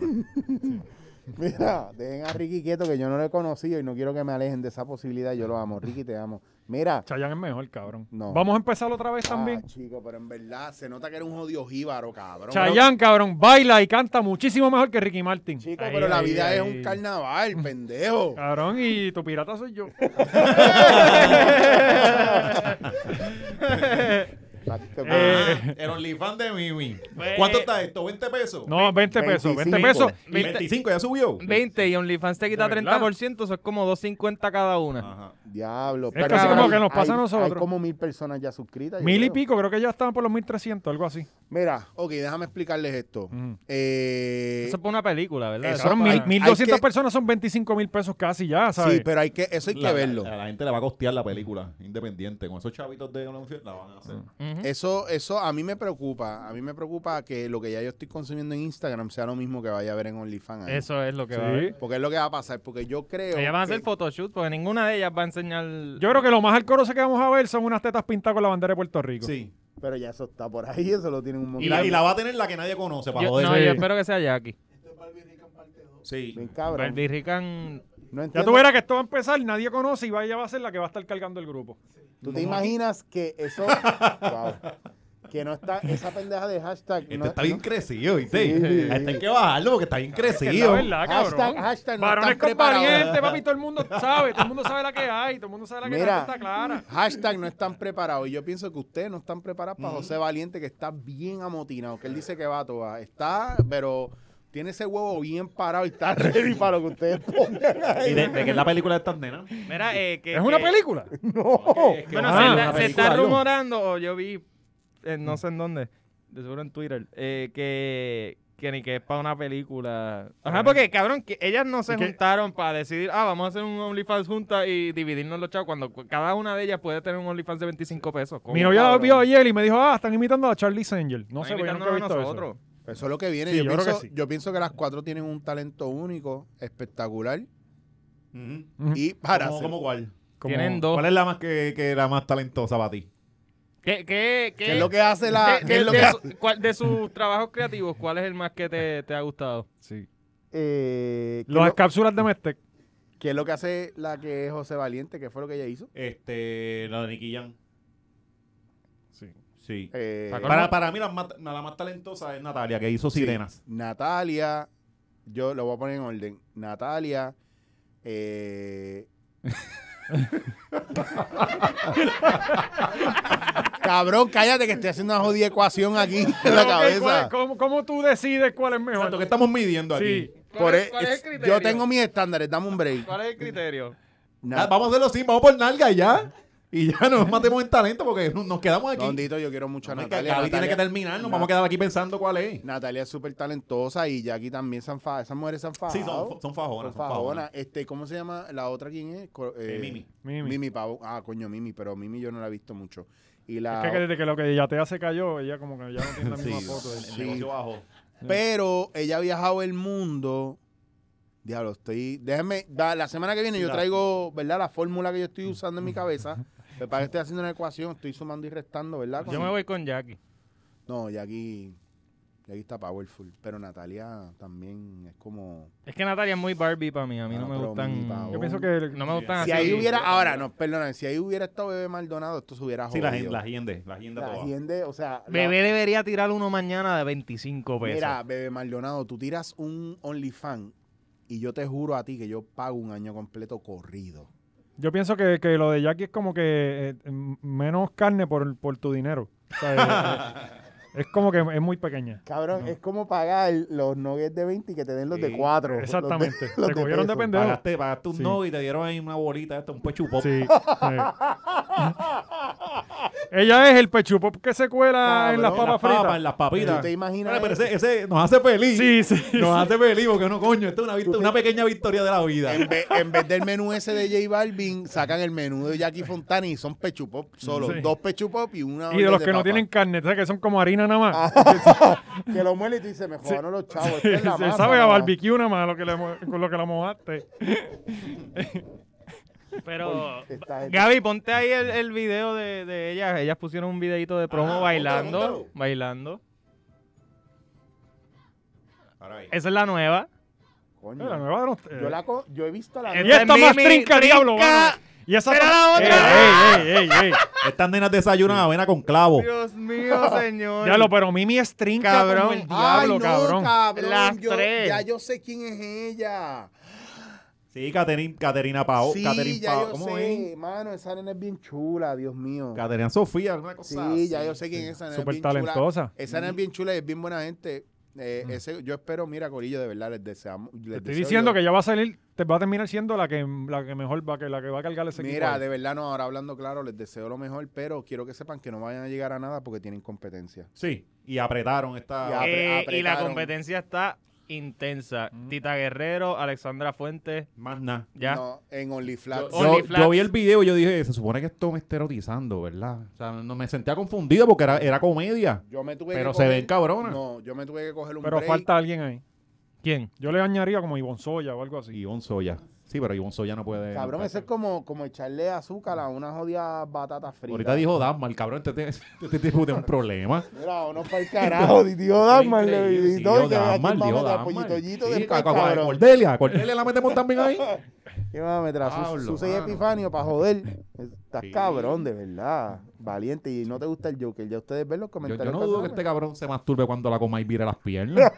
S2: Mira, dejen a Ricky quieto que yo no lo he conocido y no quiero que me alejen de esa posibilidad, yo lo amo, Ricky te amo. Mira,
S4: Chayanne es mejor, cabrón.
S2: No.
S4: Vamos a empezar otra vez
S2: ah,
S4: también.
S2: chico, pero en verdad se nota que era un jodido jíbaro, cabrón.
S4: Chayanne, cabrón, baila y canta muchísimo mejor que Ricky Martin.
S2: Chico,
S4: Ahí,
S2: pero la
S4: ahí,
S2: vida es
S4: ahí.
S2: un carnaval, pendejo.
S4: Cabrón, y tu pirata soy yo.
S2: Exacto,
S4: Eh,
S6: Ah, el OnlyFans de Mimi.
S3: Pues-
S6: ¿Cuánto está esto? ¿20 pesos?
S4: No, 20 pesos, 20 pesos.
S6: 25, ya subió.
S3: 20 y OnlyFans te quita
S4: ¿De verdad?
S3: 30%, eso es como 2.50 cada una.
S6: Ajá.
S2: Diablo,
S4: Es casi
S2: hay-
S4: como que nos pasa a
S2: hay-
S4: nosotros.
S2: Hay como mil personas ya suscritas. yo
S4: Mil y
S2: creo.
S4: pico, creo que ya estaban por los 1300, algo así.
S2: Mira, ok, déjame explicarles esto.
S4: Ujú.
S2: Eh,
S3: Eso es para una película, ¿verdad? es
S2: Eso
S4: Son
S2: pa-
S3: para-
S4: Ah, mil-
S2: hay-
S4: 1200
S2: que-
S4: personas, son 25 mil pesos casi ya, ¿sabes?
S2: sí, pero hay que, eso hay que
S6: La-
S2: verlo.
S6: A la gente le va a costear la película independiente. Con esos chavitos de OnlyFans la van a hacer.
S4: Mm.
S3: Ujú.
S2: Eso, eso a mí me preocupa. A mí me preocupa que lo que ya yo estoy consumiendo en Instagram sea lo mismo que vaya a ver en OnlyFans. ahí.
S3: Eso es lo que
S4: Sí.
S3: va a haber.
S2: Porque es lo que va a pasar. Porque yo creo.
S3: Ellas van a hacer
S2: que-
S3: photoshoot porque ninguna de ellas va a enseñar.
S4: Yo creo que lo más alcoroso que vamos a ver son unas tetas pintadas con la bandera de Puerto Rico.
S6: Sí.
S2: Pero ya eso está por ahí, eso lo tienen un montón.
S6: Y la, y la va a tener la que nadie conoce, para
S3: Yo-
S6: joder.
S3: no, yo espero que sea Jackie.
S6: Sí.
S2: Bien cabrón.
S3: Barbie Rican.
S2: No
S4: Ya
S2: entiendo.
S4: tú verás que esto va a empezar, nadie conoce y vaya va a ser la que va a estar cargando el grupo.
S2: ¿Tú te imaginas que eso... Wow. Que no está esa pendeja de hashtag...
S6: Este
S2: no-
S6: está
S2: no-
S6: bien crecido, ¿viste?
S2: Sí, sí, sí.
S6: Este hay que bajarlo porque está bien
S4: Que es la
S6: crecido.
S4: verdad,
S2: hashtag,
S4: cabrón.
S2: hashtag, no
S4: Varones
S2: están
S4: con
S2: preparados.
S4: parientes, papi, todo el mundo sabe, todo el mundo sabe la que hay, todo el mundo sabe la que
S2: Mira.
S4: hay, está clara.
S2: Hashtag no están preparados. Y yo pienso que ustedes no están preparados para José Valiente, que está bien amotinado. Que él dice que va a toa. Está, pero tiene ese huevo bien parado y está ready para lo que ustedes pongan.
S6: ¿Y de, de qué es la película de estas nenas?
S3: Mira, eh, que,
S4: ¿Es una
S3: que-
S4: película?
S3: Bueno,
S4: Ah,
S3: se,
S4: una
S3: está- se
S6: película,
S3: está
S6: algo.
S3: rumorando, o yo vi, eh, no sé en dónde, de seguro en Twitter, eh, que, que ni que es para una película. Ajá, porque cabrón, que ellas no se juntaron para decidir, ah, vamos a hacer un OnlyFans juntas y dividirnos los chavos, cuando cu- cada una de ellas puede tener un OnlyFans de 25 pesos. ¿Cómo,
S4: Mi novia la
S3: cabrón?
S4: vio ayer y me dijo, ah, están imitando a Charlie Angel. No
S3: Están
S4: sé, pero yo nunca he
S3: imitándonos
S4: visto
S3: a
S4: eso.
S3: nosotros.
S2: Pues Eso es lo que viene.
S4: Sí,
S2: yo,
S4: yo creo
S2: pienso,
S4: que sí.
S2: yo pienso que las cuatro tienen un talento único, espectacular.
S6: ¿Cómo,
S2: Y para hacer-
S6: cómo cuál?
S4: Como-
S3: Tienen dos.
S6: ¿Cuál es la más que, que la más talentosa para ti?
S3: ¿Qué, qué, qué,
S2: ¿Qué es lo que hace la.?
S3: de,
S2: qué es
S3: de-
S2: lo
S3: de
S2: que-
S3: su- cuál- de sus trabajos creativos, ¿cuál es el más que te, te ha gustado?
S4: Sí.
S2: Eh, ¿qué, es
S4: Las
S2: lo,
S4: cápsulas de Mestec.
S2: qué es lo que hace la que es José Valiente? ¿Qué fue lo que ella hizo?
S6: Este, la de Nicky Jam. Sí. Sí.
S2: Eh,
S3: Sacó-
S6: Para, para mí la más, la más talentosa es Natalia, que hizo Sirenas.
S2: Natalia. Yo lo voy a poner en orden. Natalia. eh, Cabrón, cállate que estoy haciendo una jodida ecuación aquí en la
S4: Ok, ¿cuál es-
S2: cabeza.
S4: cómo, cómo tú decides cuál es mejor?
S6: Exacto, que estamos midiendo aquí.
S4: Sí.
S2: Por
S3: ¿Cuál es-
S2: e-
S3: cuál es el criterio?
S2: yo tengo mis estándares, dame un break.
S3: ¿Cuál es el criterio?
S2: Na-
S6: Ah, Vamos a hacerlo así, vamos por nalga y ya. Y ya no nos matemos en talento porque no- nos quedamos aquí.
S2: Dondito, yo quiero mucho a
S6: No, es que
S2: Natalia.
S6: Gaby tiene
S2: Natalia-
S6: que terminar, nos
S2: Na-
S6: vamos a quedar aquí pensando cuál es.
S2: Natalia es súper talentosa y Jackie también se han fa- Esas mujeres se han
S6: Sí,
S2: fajado.
S6: son, son fajonas. Son
S2: Son
S6: fajonas.
S2: fajonas. Este, ¿Cómo se llama la otra? ¿Quién es? Co-
S6: Eh,
S2: eh,
S6: Mimi.
S4: Mimi.
S2: Mimi Pavón. Ah, coño, Mimi, pero Mimi yo no la he visto mucho. Y la,
S4: Es que desde que lo que ya te hace cayó, ella como que ya no tiene la misma
S6: Sí,
S4: foto. de-
S6: el negocio bajo.
S2: Pero ella ha viajado el mundo. Diablo, estoy. Déjame. da- la semana que viene yo
S6: La-
S2: traigo, ¿verdad? La fórmula que yo estoy usando en mi cabeza. Me parece que estoy haciendo una ecuación, estoy sumando y restando, ¿verdad?
S3: Yo me voy con Jackie.
S2: No, y aquí. y aquí está powerful. Pero Natalia también es como.
S3: Es que Natalia es muy Barbie para mí. A mí
S2: Ah,
S3: no, me
S2: pero
S3: gustan.
S2: Mimi Pavón.
S4: Yo pienso que...
S3: Oh. No me
S6: Ah,
S3: gustan
S2: Si
S3: así.
S2: ahí hubiera. Ahora, no, perdóname. Si ahí hubiera estado Bebé Maldonado, esto se hubiera
S6: Sí,
S2: jodido.
S6: la gente, la gente, la gente
S2: La
S6: toda.
S2: gente, o sea. la-
S3: Bebé debería tirar uno mañana de 25 pesos.
S2: Mira, Bebé Maldonado, tú tiras un OnlyFans y yo te juro a ti que yo pago un año completo corrido.
S4: Yo pienso que, que lo de Jackie es como que eh, m- menos carne por, por tu dinero. O sea, eh, eh, es como que es muy pequeña.
S2: Cabrón, es como pagar los nuggets de 20 y que te den los de
S6: Sí,
S2: 4.
S4: Exactamente. Te cogieron de pendejo.
S6: Pagaste, pagaste un
S4: Sí.
S6: no y te dieron ahí una bolita, esto, un pechupop.
S4: Sí. sí. Ella es el pechupop que se
S2: Ah,
S4: cuela en las
S6: En
S4: papas
S6: las papas,
S4: fritas.
S6: en las papitas.
S2: ¿Tú te imaginas
S6: Oye, pero ese, ese nos hace feliz.
S4: Sí, sí.
S6: Nos hace feliz porque no, coño, esto es una, vict- una pequeña victoria de la vida.
S2: En vez, en vez del menú ese de J Balvin, sacan el menú de Jackie Fontana y son pechupop solo.
S4: Sí.
S2: Dos pechupop y una.
S4: Y de
S2: orden
S4: los que no
S2: papa.
S4: tienen carne, ¿sabes? que son como harina nada más.
S2: Que lo muele y te dice, me jodaron los chavos. esta es la
S4: Se
S2: masa,
S4: sabe a
S2: mano".
S4: barbecue nada más lo que le mo- con lo que la mojaste.
S3: Pero.
S2: Esta gente-
S3: Gaby, ponte ahí el, el video de, de ellas. Ellas pusieron un videito de promo
S6: Ah,
S3: bailando.
S6: póntalo, póntalo.
S3: Bailando.
S6: Ahora ahí.
S3: Esa es la nueva.
S2: Coño,
S4: La nueva de los- eh,
S2: yo, la co- yo he visto la.
S4: Y esta
S3: Mimi,
S4: más trinca, diablo.
S3: trinca.
S4: mano. Y esa
S3: Pero
S4: pa-
S3: la otra.
S4: Ey, ey, ey, ey, ey.
S6: Estas nenas desayunan avena con
S2: Oh.
S6: clavo.
S3: Dios mío, señor.
S4: Diablo, pero Mimi es trinca cabrón.
S3: Cabrón.
S4: el diablo,
S2: Ay, no,
S4: cabrón.
S2: cabrón,
S3: Las
S2: yo-
S3: tres.
S2: Ya yo sé quién es ella.
S6: Sí, Caterin- Caterina Pao.
S2: sí,
S6: Caterina
S2: ya
S6: Pao.
S2: yo
S6: ¿Cómo
S2: sé.
S6: es?
S2: Mano, esa nena es bien chula, Dios mío.
S6: Caterina Sofía, alguna cosa.
S2: Sí, ya yo sé quién es esa nena. es
S4: Súper
S2: bien chula.
S4: Ah, talentosa. Mm.
S2: Esa nena es bien chula y es bien buena gente. Eh, ese, yo espero, mira, Corillo, de verdad, les deseamos. les
S4: Te estoy
S2: deseo
S4: diciendo
S2: yo-
S4: que ya va a salir, te va a terminar siendo la que, la que mejor va, que la que va a cargar ese equipo.
S2: Mira,
S4: ahí.
S2: de verdad, no, ahora hablando claro, les deseo lo mejor, pero quiero que sepan que no vayan a llegar a nada porque tienen competencia.
S6: Sí, y apretaron esta.
S3: Eh,
S2: Ya. apre-
S3: y la
S2: apretaron.
S3: competencia está intensa. Tita Guerrero, Alexandra Fuentes.
S6: Más nada.
S3: Ya.
S2: No, en OnlyFlags.
S3: Yo- Only
S6: Yo,
S3: Flaps.
S6: yo vi el video y yo dije, se supone que esto me está erotizando, ¿verdad? O sea, no me sentía confundido porque era, era comedia.
S2: Yo me tuve
S6: Pero
S2: que
S6: se
S2: coger-
S6: ven cabronas.
S2: No, yo me tuve que coger un
S4: Pero
S2: break.
S4: falta alguien ahí.
S3: ¿Quién?
S4: Yo le añadiría como Ivonne Soya o algo así.
S6: Y un soya. Sí, pero Ivonne Soya no puede.
S2: Cabrón, eso es como, como echarle azúcar a una jodida batata frita.
S6: Ahorita dijo Dama, el cabrón, este, este, este tipo tiene un problema.
S2: Mira, uno para el carajo, tío Dagmar. Le
S6: Increíble, sí,
S2: visitó
S6: Dios
S2: y que aquí
S6: Dagmar, Dios
S2: vamos a
S6: Dagmar.
S2: pollito pollitollito
S6: Sí,
S2: del
S6: a- a-
S2: pez,
S6: a-
S2: cabrón.
S6: Cordelia, a Cordelia la metemos también ahí.
S2: ¿Qué más me trajo?
S6: Pablo,
S2: Su seis
S6: mano.
S2: epifanio para joder. Estás
S6: Sí.
S2: cabrón, de verdad. Valiente. Y no te gusta el Joker. Ya ustedes ven los
S6: Yo,
S2: comentarios.
S6: yo no
S2: que
S6: dudo que
S2: hacen.
S6: este cabrón se masturbe cuando la coma y vire las piernas.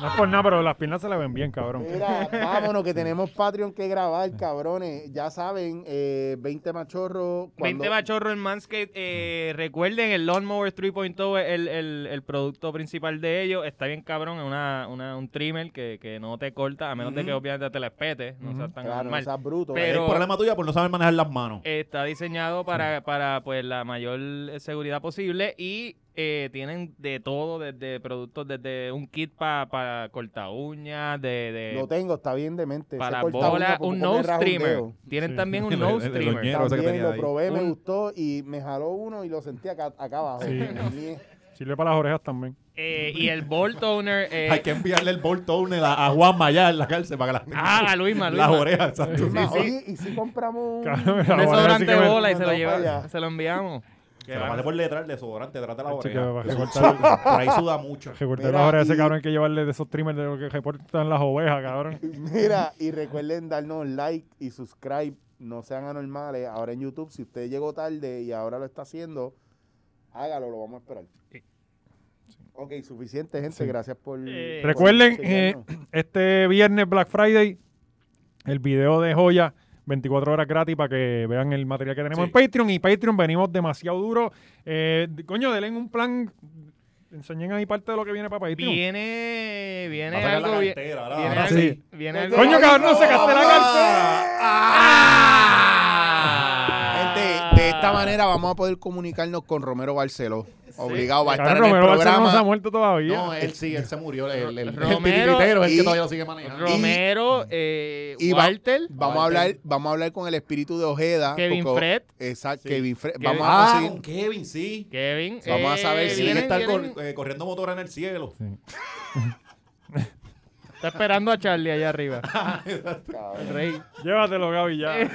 S4: No es por nada, pero las piernas se le ven bien, cabrón.
S2: Mira, vámonos, que tenemos Patreon que grabar, cabrones. Ya saben, eh, 20 machorros. cuando-
S3: 20 Bachorro en Manscaped. eh, recuerden, el Lawnmower 3.0 es oh, el, el- el producto principal de ellos. Está bien cabrón, es una, una- un trimmer que, que no te corta, a menos de que obviamente te la espete. No seas tan
S2: Claro, no
S3: normal.
S2: seas bruto.
S3: Pero-
S6: el problema tuyo por no saber manejar las manos.
S3: Está diseñado para, para pues, la mayor eh, seguridad posible y eh, tienen de todo, desde productos, desde un kit para corta uñas, de... de-
S2: Eh, Lo tengo, está bien demente. Se
S3: para
S2: corta
S3: bola, un
S2: una, porque me
S3: nose
S2: raja un
S3: trimmer.
S2: dedo.
S3: Tienen también un
S6: El-
S3: nose
S6: el- el
S3: trimmer.
S6: oñero ese que
S2: También
S6: tenía
S2: lo
S6: ahí.
S2: probé, me
S3: Un-
S2: gustó y me jaló uno y lo sentí acá, acá abajo. Ni-
S4: Sirve para las orejas también.
S3: Eh, y el bolt owner... eh,
S6: Hay que enviarle el bolt owner a, a Juan Mayá en la cárcel para que las tenga
S3: ah, a Luisma,
S6: las
S3: Luisma.
S6: orejas. exacto.
S2: Ma, oye, y si compramos un-
S4: Cabrón,
S3: Un
S4: la oreja sí
S3: desodorante
S4: que me-
S3: bola y se lo,
S2: mandó para
S3: lleva,
S2: allá.
S3: se lo enviamos.
S6: Se la pasé por detrás, el desodorante, detrás de la
S4: Chico,
S6: oreja.
S4: para
S6: Eso
S4: recortar-
S6: suda, Por ahí suda mucho.
S4: Recortar
S2: Mira,
S4: las orejas a
S2: y-
S4: ese cabrón hay que llevarle de esos trimmers de lo que reportan las ovejas, cabrón.
S2: Mira, y recuerden darnos like y subscribe. No sean anormales. Ahora en YouTube, si usted llegó tarde y ahora lo está haciendo, hágalo, lo vamos a esperar. Ok, suficiente, gente. Gracias por.
S3: Eh,
S2: por
S4: Recuerden, eh,
S2: chequearnos.
S4: este viernes Black Friday, el video de Joya, 24 horas gratis para que vean el material que tenemos en Patreon. Y Patreon venimos demasiado duro. Eh, de- coño, denle un plan. Enseñen ahí parte de lo que viene para Patreon.
S3: Viene, viene
S6: Va a sacar la
S3: algo bien.
S6: cartera, ahora,
S3: Viene
S6: ahora
S3: algo.
S4: sí.
S3: Viene algo.
S4: Coño, cabrón, no sacaste
S6: Ah.
S4: la cartera. Ah.
S5: Gente, de esta manera vamos a poder comunicarnos con Romero Barceló. Obligado va a estar
S4: Cabrón,
S5: en el
S4: Romero Barcelona no se ha
S5: programa. eh.
S4: muerto todavía.
S6: No, él sí, él se murió. El, el, el,
S4: Ah.
S3: Romero
S6: titiritero es el
S5: y-
S6: que todavía lo sigue manejando.
S3: Romero, eh,
S5: y va-
S3: Walter.
S5: Vamos a hablar, vamos a hablar con el espíritu de Ojeda.
S3: Kevin
S5: porque-
S3: Fred.
S5: Exacto, Kevin Fred.
S3: Kevin-
S5: Vamos a
S6: Ah,
S5: conseguir-
S6: con Kevin, sí.
S3: Kevin.
S5: Vamos a saber
S6: Que
S5: si
S6: tiene que
S3: vienen-
S6: estar
S3: vienen-
S6: cor- eh, corriendo motora en el cielo.
S3: Está esperando a Charlie allá arriba. El rey.
S4: Llévatelo, Gaby, ya.